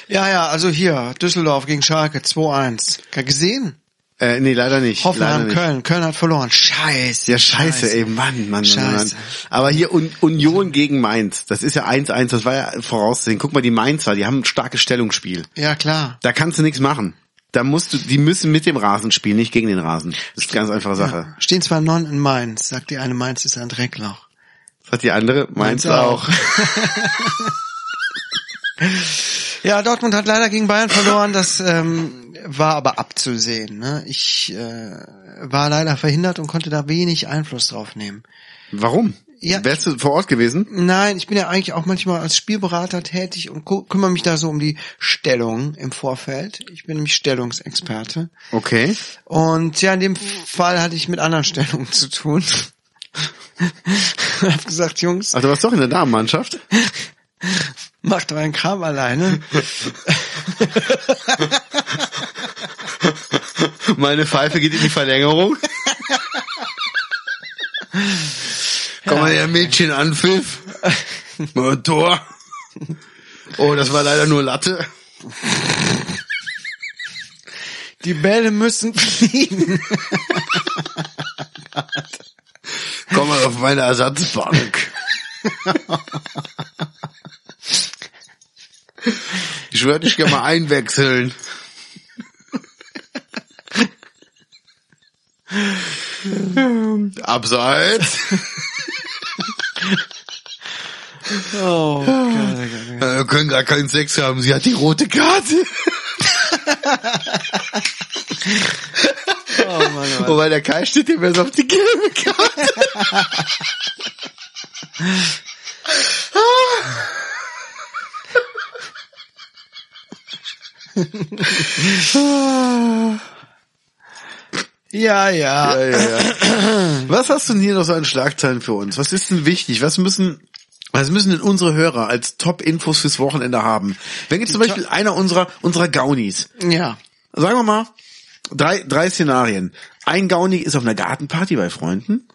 A: Ja, ja, also hier, Düsseldorf gegen Schalke 2-1. Ge- Gesehen?
B: Äh, nee, leider nicht. leider
A: Hoffenheim,
B: nicht.
A: Köln. Köln hat verloren. Scheiße.
B: Ja, scheiße, ey, Mann, Mann, Mann, Mann.
A: Scheiße.
B: Aber hier Un Union gegen Mainz, das ist ja 1-1, das war ja vorauszusehen. Guck mal, die Mainzer, die haben ein starkes Stellungsspiel.
A: Ja, klar.
B: Da kannst du nichts machen. Da musst du, die müssen mit dem Rasen spielen, nicht gegen den Rasen. Das ist eine ganz einfache Sache.
A: Stehen zwar non in Mainz, sagt die eine, Mainz ist ein Dreckloch.
B: Das hat die andere, Mainz, auch.
A: ja, Dortmund hat leider gegen Bayern verloren, das ähm, war aber abzusehen. Ne? Ich äh, war leider verhindert und konnte da wenig Einfluss drauf nehmen.
B: Warum?
A: Ja.
B: Wärst du vor Ort gewesen?
A: Nein, ich bin ja eigentlich auch manchmal als Spielberater tätig und ku- kümmere mich da so um die Stellung im Vorfeld. Ich bin nämlich Stellungsexperte.
B: Okay.
A: Und ja, in dem Fall hatte ich mit anderen Stellungen zu tun. hab gesagt, Jungs,
B: Ach, du warst doch in der Damenmannschaft?
A: macht euren Kram alleine.
B: Meine Pfeife geht in die Verlängerung. Komm mal her, Mädchen, Anpfiff. Mal ein Tor. Oh, das war leider nur Latte.
A: Die Bälle müssen fliegen.
B: Komm mal auf meine Ersatzbank. Ich würde dich gerne mal einwechseln. Abseits.
A: Oh, Gott, oh Gott.
B: Äh, Wir können gar keinen Sex haben. Sie hat die rote Karte.
A: oh Mann, oh Mann.
B: Wobei der Kai steht dem erst auf die gelbe Karte.
A: Ja, ja.
B: Ja, ja, ja. Was hast du denn hier noch so an Schlagzeilen für uns? Was ist denn wichtig? Was müssen, was müssen denn unsere Hörer als Top-Infos fürs Wochenende haben? Wenn jetzt zum Beispiel einer unserer, unserer Gaunis,
A: Ja.
B: sagen wir mal, drei, drei Szenarien. Ein Gauni ist auf einer Gartenparty bei Freunden.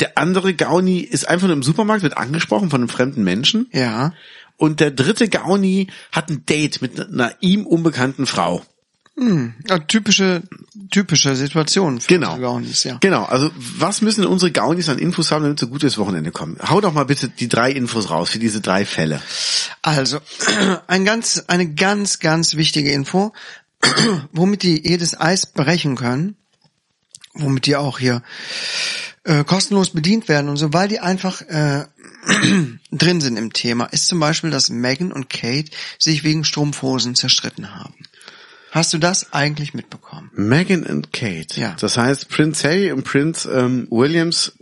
B: Der andere Gauni ist einfach nur im Supermarkt, wird angesprochen von einem fremden Menschen.
A: Ja.
B: Und der dritte Gauni hat ein Date mit einer ihm unbekannten Frau.
A: ja typische, typische Situation für
B: Genau.
A: unsere Gaunis, ja.
B: Genau, also was müssen unsere Gaunis an Infos haben, damit sie gut ins Wochenende kommen? Hau doch mal bitte die drei Infos raus für diese drei Fälle.
A: Also, ein ganz, eine ganz, ganz wichtige Info, womit die jedes Eis brechen können, womit die auch hier äh, kostenlos bedient werden und so, weil die einfach äh, drin sind im Thema, ist zum Beispiel, dass Megan und Kate sich wegen Strumpfhosen zerstritten haben. Hast du das eigentlich mitbekommen?
B: Meghan und Kate.
A: Ja.
B: Das heißt, Prince Harry und Prince ähm, Williams,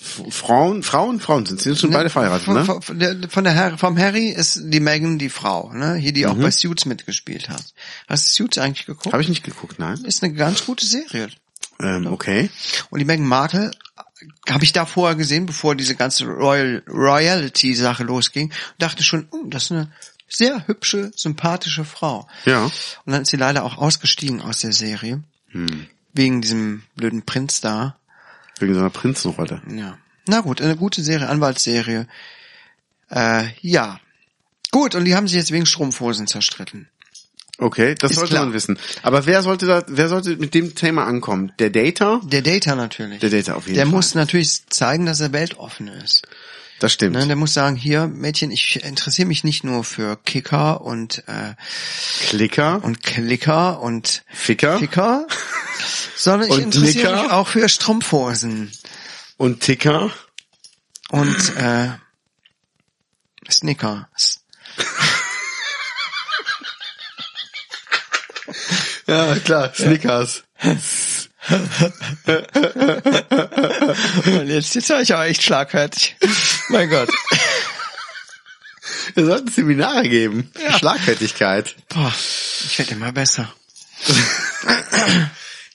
B: F- Frauen, Frauen, Frauen sind sie sind schon beide verheiratet,
A: Von,
B: ne?
A: von, von der, von der Harry, vom Harry ist die Megan die Frau, ne? Hier, die auch
B: Mhm.
A: bei Suits mitgespielt hat. Hast du Suits eigentlich geguckt?
B: Habe ich nicht geguckt, nein.
A: Ist eine ganz gute Serie.
B: Ähm, okay.
A: Und die Meghan Markle habe ich da vorher gesehen, bevor diese ganze Royal Royalty-Sache losging, und dachte schon, "Oh, das ist eine sehr hübsche, sympathische Frau.
B: Ja.
A: Und dann ist sie leider auch ausgestiegen aus der Serie.
B: Hm.
A: Wegen diesem blöden Prinz da.
B: Wegen seiner Prinzenrolle.
A: Ja. Na gut, eine gute Serie, Anwaltsserie. Äh, ja. Gut, und die haben sich jetzt wegen Strumpfhosen zerstritten.
B: Okay, das
A: Ist
B: sollte
A: klar.
B: man wissen. Aber wer sollte da, wer sollte mit dem Thema ankommen? Der Data?
A: Der Data natürlich.
B: Der Data auf jeden
A: der
B: Fall.
A: muss natürlich zeigen, dass er weltoffen ist.
B: Das stimmt.
A: Ne, der muss sagen, hier, Mädchen, ich interessiere mich nicht nur für Kicker und, äh,
B: Klicker,
A: und Klicker und
B: Ficker
A: Ficker, sondern ich
B: Und
A: interessiere
B: Knicker?
A: mich auch für Strumpfhosen
B: und Ticker.
A: und äh, Snickers.
B: Ja, klar, Snickers.
A: Und jetzt, jetzt war ich auch echt schlagfertig. mein Gott.
B: Wir sollten Seminare geben.
A: Ja.
B: Schlagfertigkeit.
A: Boah, ich werde immer besser.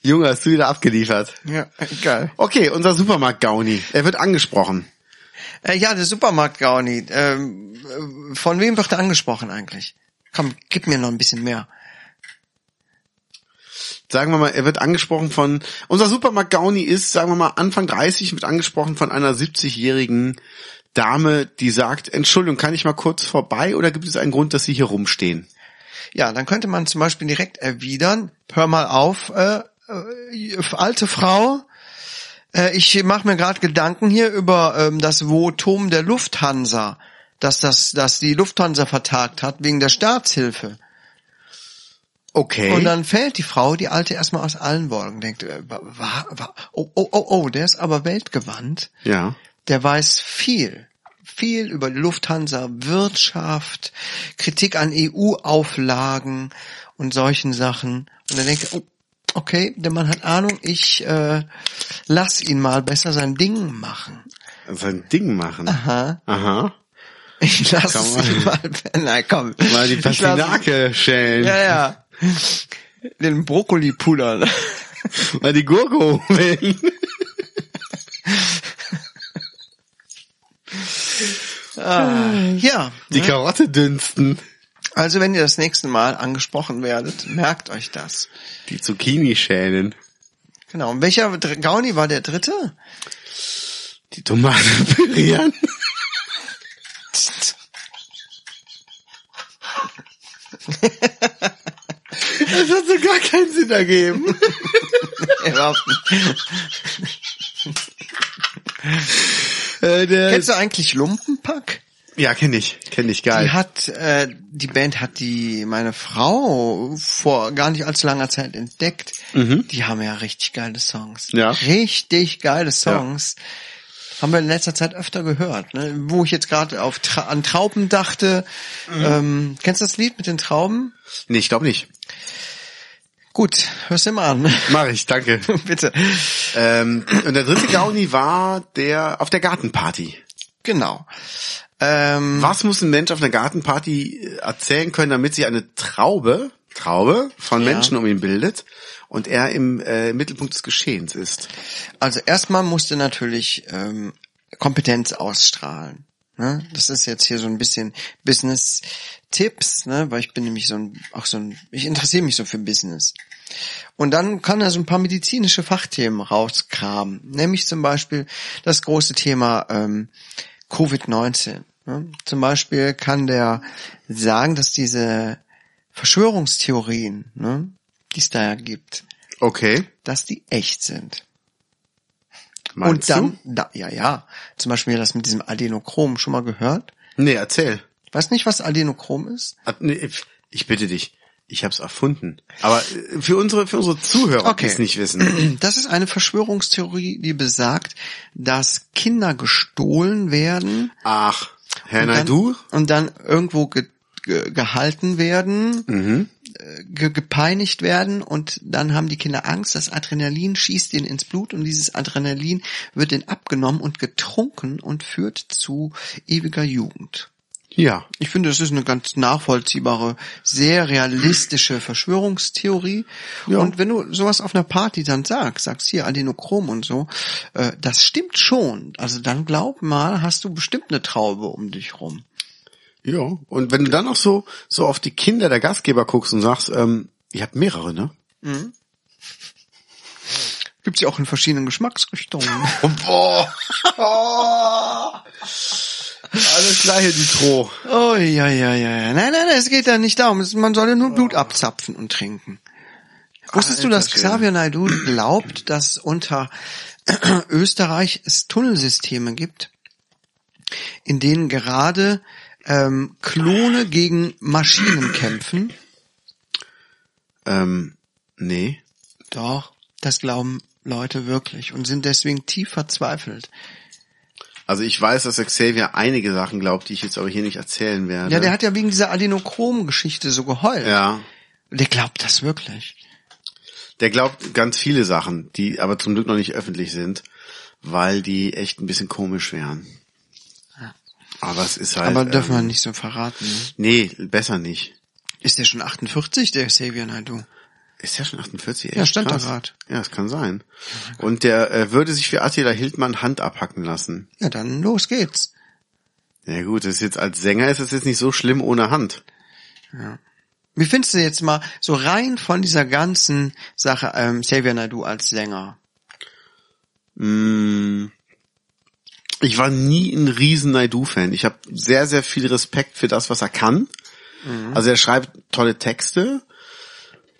B: Junge, hast du wieder abgeliefert.
A: Ja, egal.
B: Okay, unser Supermarkt-Gauni. Er wird angesprochen.
A: Äh, ja, der Supermarkt Gauni. Ähm, äh, von wem wird er angesprochen eigentlich? Komm, gib mir noch ein bisschen mehr.
B: Sagen wir mal, er wird angesprochen von, unser Supermarkt-Gauni ist, sagen wir mal, Anfang 30, wird angesprochen von einer 70-jährigen Dame, die sagt, Entschuldigung, kann ich mal kurz vorbei oder gibt es einen Grund, dass Sie hier rumstehen?
A: Ja, dann könnte man zum Beispiel direkt erwidern, hör mal auf, äh, äh, alte Frau, äh, ich mache mir gerade Gedanken hier über ähm, das Votum der Lufthansa, dass, das, dass die Lufthansa vertagt hat wegen der Staatshilfe.
B: Okay.
A: Und dann fällt die Frau, die alte, erstmal aus allen Wolken, denkt, äh, wa, wa, wa, oh, oh, oh, oh, der ist aber weltgewandt.
B: ja.
A: der weiß viel, viel über die Lufthansa, Wirtschaft, Kritik an EU-Auflagen und solchen Sachen. Und dann denkt er, oh, okay, der Mann hat Ahnung, ich äh, lass ihn mal besser sein Ding machen.
B: Sein Ding machen.
A: Aha.
B: Aha.
A: Ich lass
B: Kann
A: es
B: man-
A: ihn mal, nein, komm.
B: Mal die
A: Ich lass-
B: Pastinake schälen.
A: Ja, ja. Den Brokkoli pudern.
B: Mal die Gurke holen.
A: Ah, Ja.
B: Die Karotte dünsten.
A: Also wenn ihr das nächste Mal angesprochen werdet, merkt euch das.
B: Die Zucchini schälen.
A: Genau. Und welcher Dr- Gauni war der dritte?
B: Die Tomaten pürieren. Das hat so gar keinen Sinn ergeben.
A: Überhaupt nicht.
B: Äh, der,
A: Kennst du eigentlich Lumpenpack?
B: ja, kenne ich. Kenne ich,
A: Die
B: geil.
A: hat, äh, die Band hat die, meine Frau vor gar nicht allzu langer Zeit entdeckt. Die haben ja richtig geile Songs.
B: Ja.
A: Richtig geile Songs. Haben wir in letzter Zeit öfter gehört, ne? Wo ich jetzt gerade auf Tra an Trauben dachte. Ähm, kennst du das Lied mit den Trauben?
B: Nee, ich glaube nicht.
A: Gut, hör's dir mal an.
B: Mach ich, danke.
A: Bitte.
B: ähm, und der dritte Gauni war der auf der Gartenparty.
A: Genau. Ähm,
B: Was muss ein Mensch auf einer Gartenparty äh, erzählen können, damit sich eine Traube, Traube von Menschen um ihn bildet und er im äh, Mittelpunkt des Geschehens ist?
A: Also erstmal musste natürlich ähm, Kompetenz ausstrahlen. Ne? Das ist jetzt hier so ein bisschen Business-Tipps, ne? weil ich bin nämlich so ein, auch so ein, ich interessiere mich so für Business. Und dann kann er so ein paar medizinische Fachthemen rauskramen, nämlich zum Beispiel das große Thema ähm, Covid-19. Ne? Zum Beispiel kann der sagen, dass diese Verschwörungstheorien, ne, die es da ja gibt,
B: Okay.
A: dass die echt sind.
B: Meinst
A: Und dann, da, ja, ja, zum Beispiel das mit diesem Adenochrom schon mal gehört.
B: du? Nee, erzähl.
A: Weißt nicht, was Adenochrom ist?
B: Ab- nee, Ich ich bitte dich. Ich hab's erfunden. Aber äh, für unsere, für unsere Zuhörer,
A: Okay.
B: die es nicht wissen.
A: Das ist eine Verschwörungstheorie, die besagt, dass Kinder gestohlen werden
B: Ach, Herr
A: und,
B: Naidu?
A: dann, und dann irgendwo ge, ge, gehalten werden, äh, ge, gepeinigt werden und dann haben die Kinder Angst, das Adrenalin schießt ihnen ins Blut und dieses Adrenalin wird ihnen abgenommen und getrunken und führt zu ewiger Jugend.
B: Ja.
A: Ich finde, das ist eine ganz nachvollziehbare, sehr realistische Verschwörungstheorie.
B: Ja.
A: Und wenn du sowas auf einer Party dann sagst, sagst hier Adenochrom und so, äh, das stimmt schon. Also dann glaub mal, hast du bestimmt eine Traube um dich rum.
B: Ja. Und wenn du dann noch so, so auf die Kinder der Gastgeber guckst und sagst, ähm, ihr habt mehrere, ne?
A: Gibt's ja auch in verschiedenen Geschmacksrichtungen.
B: Boah. Alles klar hier, Dutro.
A: oh ja, ja, ja, ja. Nein, nein, nein, es geht ja nicht darum. Es- Man soll ja nur Blut abzapfen und trinken. Wusstest du,
B: Alter
A: dass
B: Schwede.
A: Xavier Naidoo glaubt, dass unter Österreich es Tunnelsysteme gibt? in denen gerade ähm, Klone gegen Maschinen kämpfen.
B: Ähm, nee.
A: Doch, das glauben Leute wirklich und sind deswegen tief verzweifelt.
B: Also ich weiß, dass Xavier einige Sachen glaubt, die ich jetzt aber hier nicht erzählen werde.
A: Ja, der hat ja wegen dieser Adenochrom-Geschichte so geheult.
B: ja.
A: Der glaubt das wirklich.
B: Der glaubt ganz viele Sachen, die aber zum Glück noch nicht öffentlich sind, weil die echt ein bisschen komisch wären. Aber es ist halt.
A: Aber dürfen wir
B: ähm,
A: nicht so verraten. Ne?
B: Nee, besser nicht.
A: Ist der schon 48, der Xavier Naidoo?
B: Ist ja schon 48, echt
A: Ja, stand da
B: krass.
A: grad.
B: Ja, es kann sein. Und der äh, würde sich für Attila Hildmann Hand abhacken lassen.
A: Ja, dann los geht's.
B: Ja gut, das ist jetzt als Sänger ist es jetzt nicht so schlimm ohne Hand.
A: Wie findest du jetzt mal so rein von dieser ganzen Sache ähm, Xavier Naidoo als Sänger?
B: Mm, Ich war nie ein riesen Naidu-Fan. Ich habe sehr, sehr viel Respekt für das, was er kann.
A: Mhm.
B: Also er schreibt tolle Texte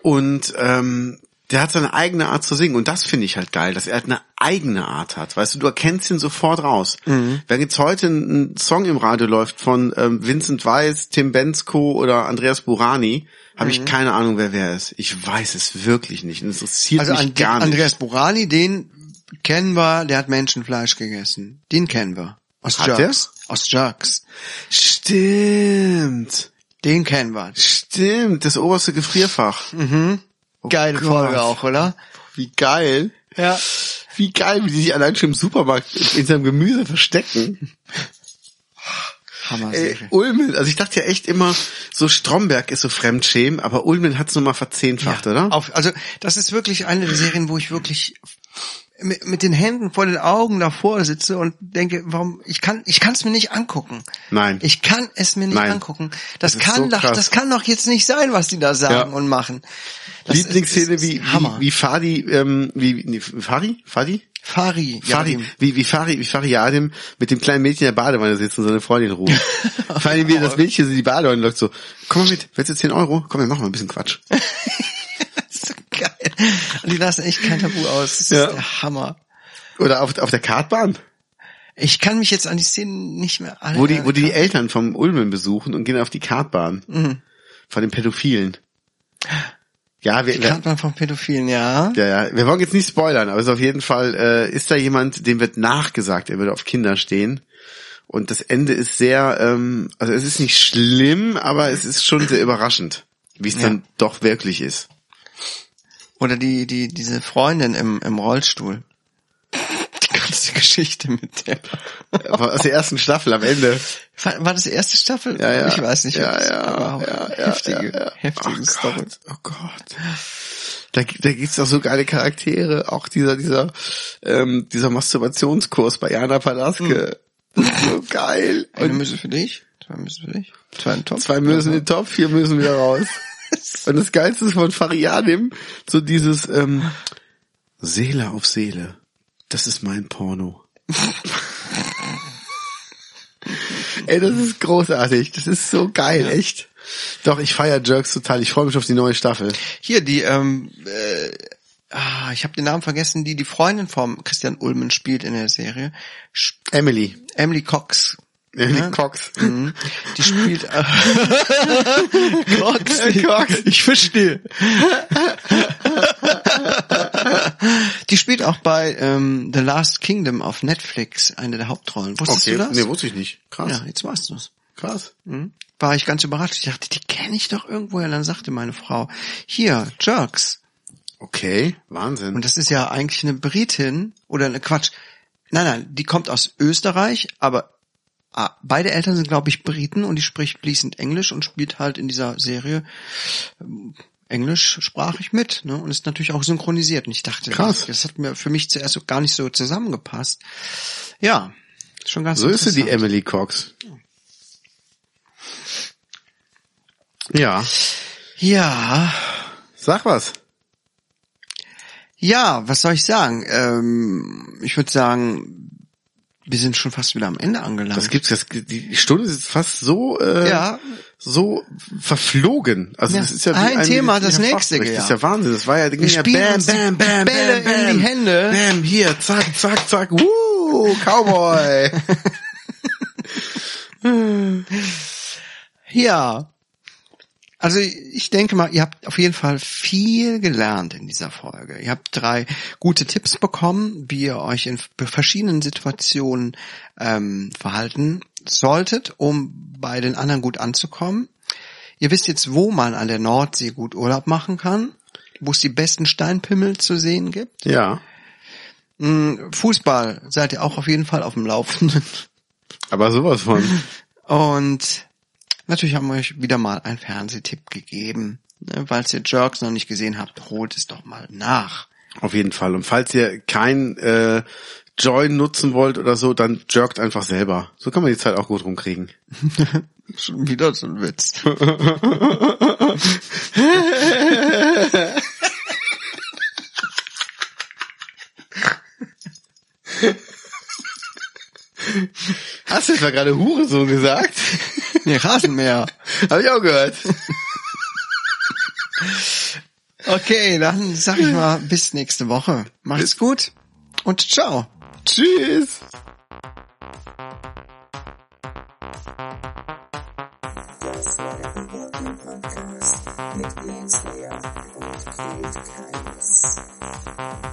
B: und ähm, der hat seine eigene Art zu singen und das finde ich halt geil, dass er halt eine eigene Art hat. Weißt du, du erkennst ihn sofort raus.
A: Mhm.
B: Wenn jetzt heute ein ein Song im Radio läuft von ähm, Vincent Weiss, Tim Bensko oder Andreas Burani, habe
A: Mhm.
B: ich keine Ahnung, wer wer ist. Ich weiß es wirklich nicht. Und es interessiert
A: Also
B: mich
A: an
B: gar nicht.
A: Andreas Borani, den kennen wir, der hat Menschenfleisch gegessen. Den kennen wir. Aus
B: Hat
A: Jerks. Aus Jerks.
B: Stimmt.
A: Den kennen wir.
B: Stimmt, das oberste Gefrierfach.
A: Geile
B: Gott.
A: Folge auch, oder?
B: Wie geil.
A: Ja.
B: Wie geil, wie die sich allein schon im Supermarkt in seinem Gemüse verstecken.
A: Hammer.
B: Ey,
A: Serie.
B: Ulmen, also ich dachte ja echt immer, so Stromberg ist so Fremdschämen, aber Ulmen hat's nochmal verzehnfacht, oder?
A: Auf, also das ist wirklich eine der Serien, wo ich wirklich mit, mit den Händen vor den Augen davor sitze und denke, warum ich kann ich kann es mir nicht angucken.
B: Nein.
A: Ich kann es mir nicht
B: Nein.
A: angucken. Das,
B: Das ist
A: kann
B: so
A: doch
B: krass.
A: das kann doch jetzt nicht sein, was die da sagen
B: Ja.
A: und machen. Das ist-
B: Lieblingsszene
A: ist- ist
B: wie, wie,
A: Hammer.
B: wie Fadi, ähm, wie, nee, Fadi? Fadi?
A: Fari,
B: Fari,
A: Yadim.
B: wie, wie Fari, wie Fari Adem mit dem kleinen Mädchen in der Badewanne sitzt und seine Freundin ruft. Vor allem, wie das Mädchen in die Badewanne läuft, so, komm mal mit, willst du 10 Euro? Komm, wir machen mal ein bisschen Quatsch.
A: Das ist so geil. Und die lassen echt kein Tabu aus. Das
B: Ja.
A: ist der Hammer.
B: Oder auf, auf der Kartbahn,
A: Ich kann mich jetzt an die Szenen nicht mehr alle
B: wo die, wo die, die Eltern vom Ulmen besuchen und gehen auf die Kartbahn. Von den Pädophilen. Ja, wir, wir,
A: Kennt man von Pädophilen, ja.
B: ja, ja, wir wollen jetzt nicht spoilern, aber es ist auf jeden Fall, äh, ist da jemand, dem wird nachgesagt, er würde auf Kinder stehen. Und das Ende ist sehr, ähm, also es ist nicht schlimm, aber es ist schon sehr überraschend, wie es dann doch wirklich ist.
A: Oder die, die, diese Freundin im, im Rollstuhl. Die ganze Geschichte mit der.
B: Aber aus der ersten Staffel am Ende.
A: War, war das die erste Staffel?
B: ja.
A: Ich weiß nicht.
B: Ja,
A: ob das-
B: ja,
A: aber
B: ja, ja,
A: heftige,
B: ja, ja.
A: heftige
B: Oh
A: Story.
B: Gott, oh Gott. Da, gi- da gibt's auch so geile Charaktere. Auch dieser, dieser, ähm, dieser Masturbationskurs bei Jana Palaske.
A: Hm.
B: So geil.
A: Eine
B: Und
A: Müsse für dich, zwei Müsse für dich, zwei in den Topf.
B: zwei müssen in den Top, vier müssen wieder raus. Und das Geilste ist von Fariadim, so dieses, ähm, Seele auf Seele. Das ist mein Porno. Ey, das ist großartig. Das ist so geil, echt. Doch, ich feier Jerks total. Ich freue mich auf die neue Staffel.
A: Hier, die, ähm, äh, ah, ich habe den Namen vergessen, die die Freundin vom Christian Ulmen spielt in der Serie. Sp
B: Emily.
A: Emily Cox.
B: Emily Cox.
A: Mhm. Die spielt äh, Cox.
B: Cox.
A: Ich verstehe. Die spielt auch bei ähm, The Last Kingdom auf Netflix eine der Hauptrollen. Wusstest du das?
B: Nee, wusste ich nicht. Krass.
A: ja, jetzt weißt du es.
B: Krass.
A: Mhm. War ich ganz überrascht. Ich dachte, die kenne ich doch irgendwoher. Und dann sagte meine Frau, hier, Jerks.
B: Okay, Wahnsinn.
A: Und das ist ja eigentlich eine Britin oder eine Quatsch. Nein, nein, die kommt aus Österreich, aber ah, beide Eltern sind, glaube ich, Briten und die spricht fließend Englisch und spielt halt in dieser Serie ähm, englischsprachig mit, ne? Und ist natürlich auch synchronisiert. Und ich dachte, Das,
B: Krass.
A: das hat mir für mich zuerst so gar nicht so zusammengepasst. Ja, ist schon ganz
B: So ist sie, die
A: interessant.
B: Emily Cox. Ja,
A: Ja.
B: sag was.
A: Ja, was soll ich sagen? Ähm, ich würde sagen, wir sind schon fast wieder am Ende angelangt.
B: Das gibt's, das, die Stunde ist jetzt fast so, äh,
A: Ja.
B: so verflogen. Also
A: Ja,
B: das ist ja wie
A: ein Thema, das
B: wie ein
A: nächste,
B: Fachbericht. Das ist
A: ja.
B: ja Wahnsinn. Das war ja, ging ja
A: spielen
B: bam,
A: uns die
B: bam, bam,
A: Bälle
B: bam, bam,
A: in die Hände.
B: Bam, hier, zack, zack, zack, wuh, Cowboy.
A: Ja. Also ich denke mal, ihr habt auf jeden Fall viel gelernt in dieser Folge. Ihr habt drei gute Tipps bekommen, wie ihr euch in verschiedenen Situationen ähm, verhalten solltet, um bei den anderen gut anzukommen. Ihr wisst jetzt, wo man an der Nordsee gut Urlaub machen kann, wo es die besten Steinpimmel zu sehen gibt.
B: Ja.
A: Mm, Fußball seid ihr auch auf jeden Fall auf dem Laufenden.
B: Aber sowas von.
A: Und natürlich haben wir euch wieder mal einen Fernsehtipp gegeben. Ne, Falls ihr Jerks noch nicht gesehen habt, holt es doch mal nach.
B: Auf jeden Fall. Und falls ihr kein äh, Join nutzen wollt oder so, dann jerkt einfach selber. So kann man die Zeit auch gut rumkriegen.
A: Schon wieder so ein Witz.
B: Hast du etwa gerade Hurensohn gesagt?
A: Nee, Rasenmäher.
B: Habe ich auch gehört.
A: Okay, dann sag ich mal bis nächste Woche. Macht's gut und ciao.
B: Tschüss.
C: Podcast mit Manslayer und Kate Kainis.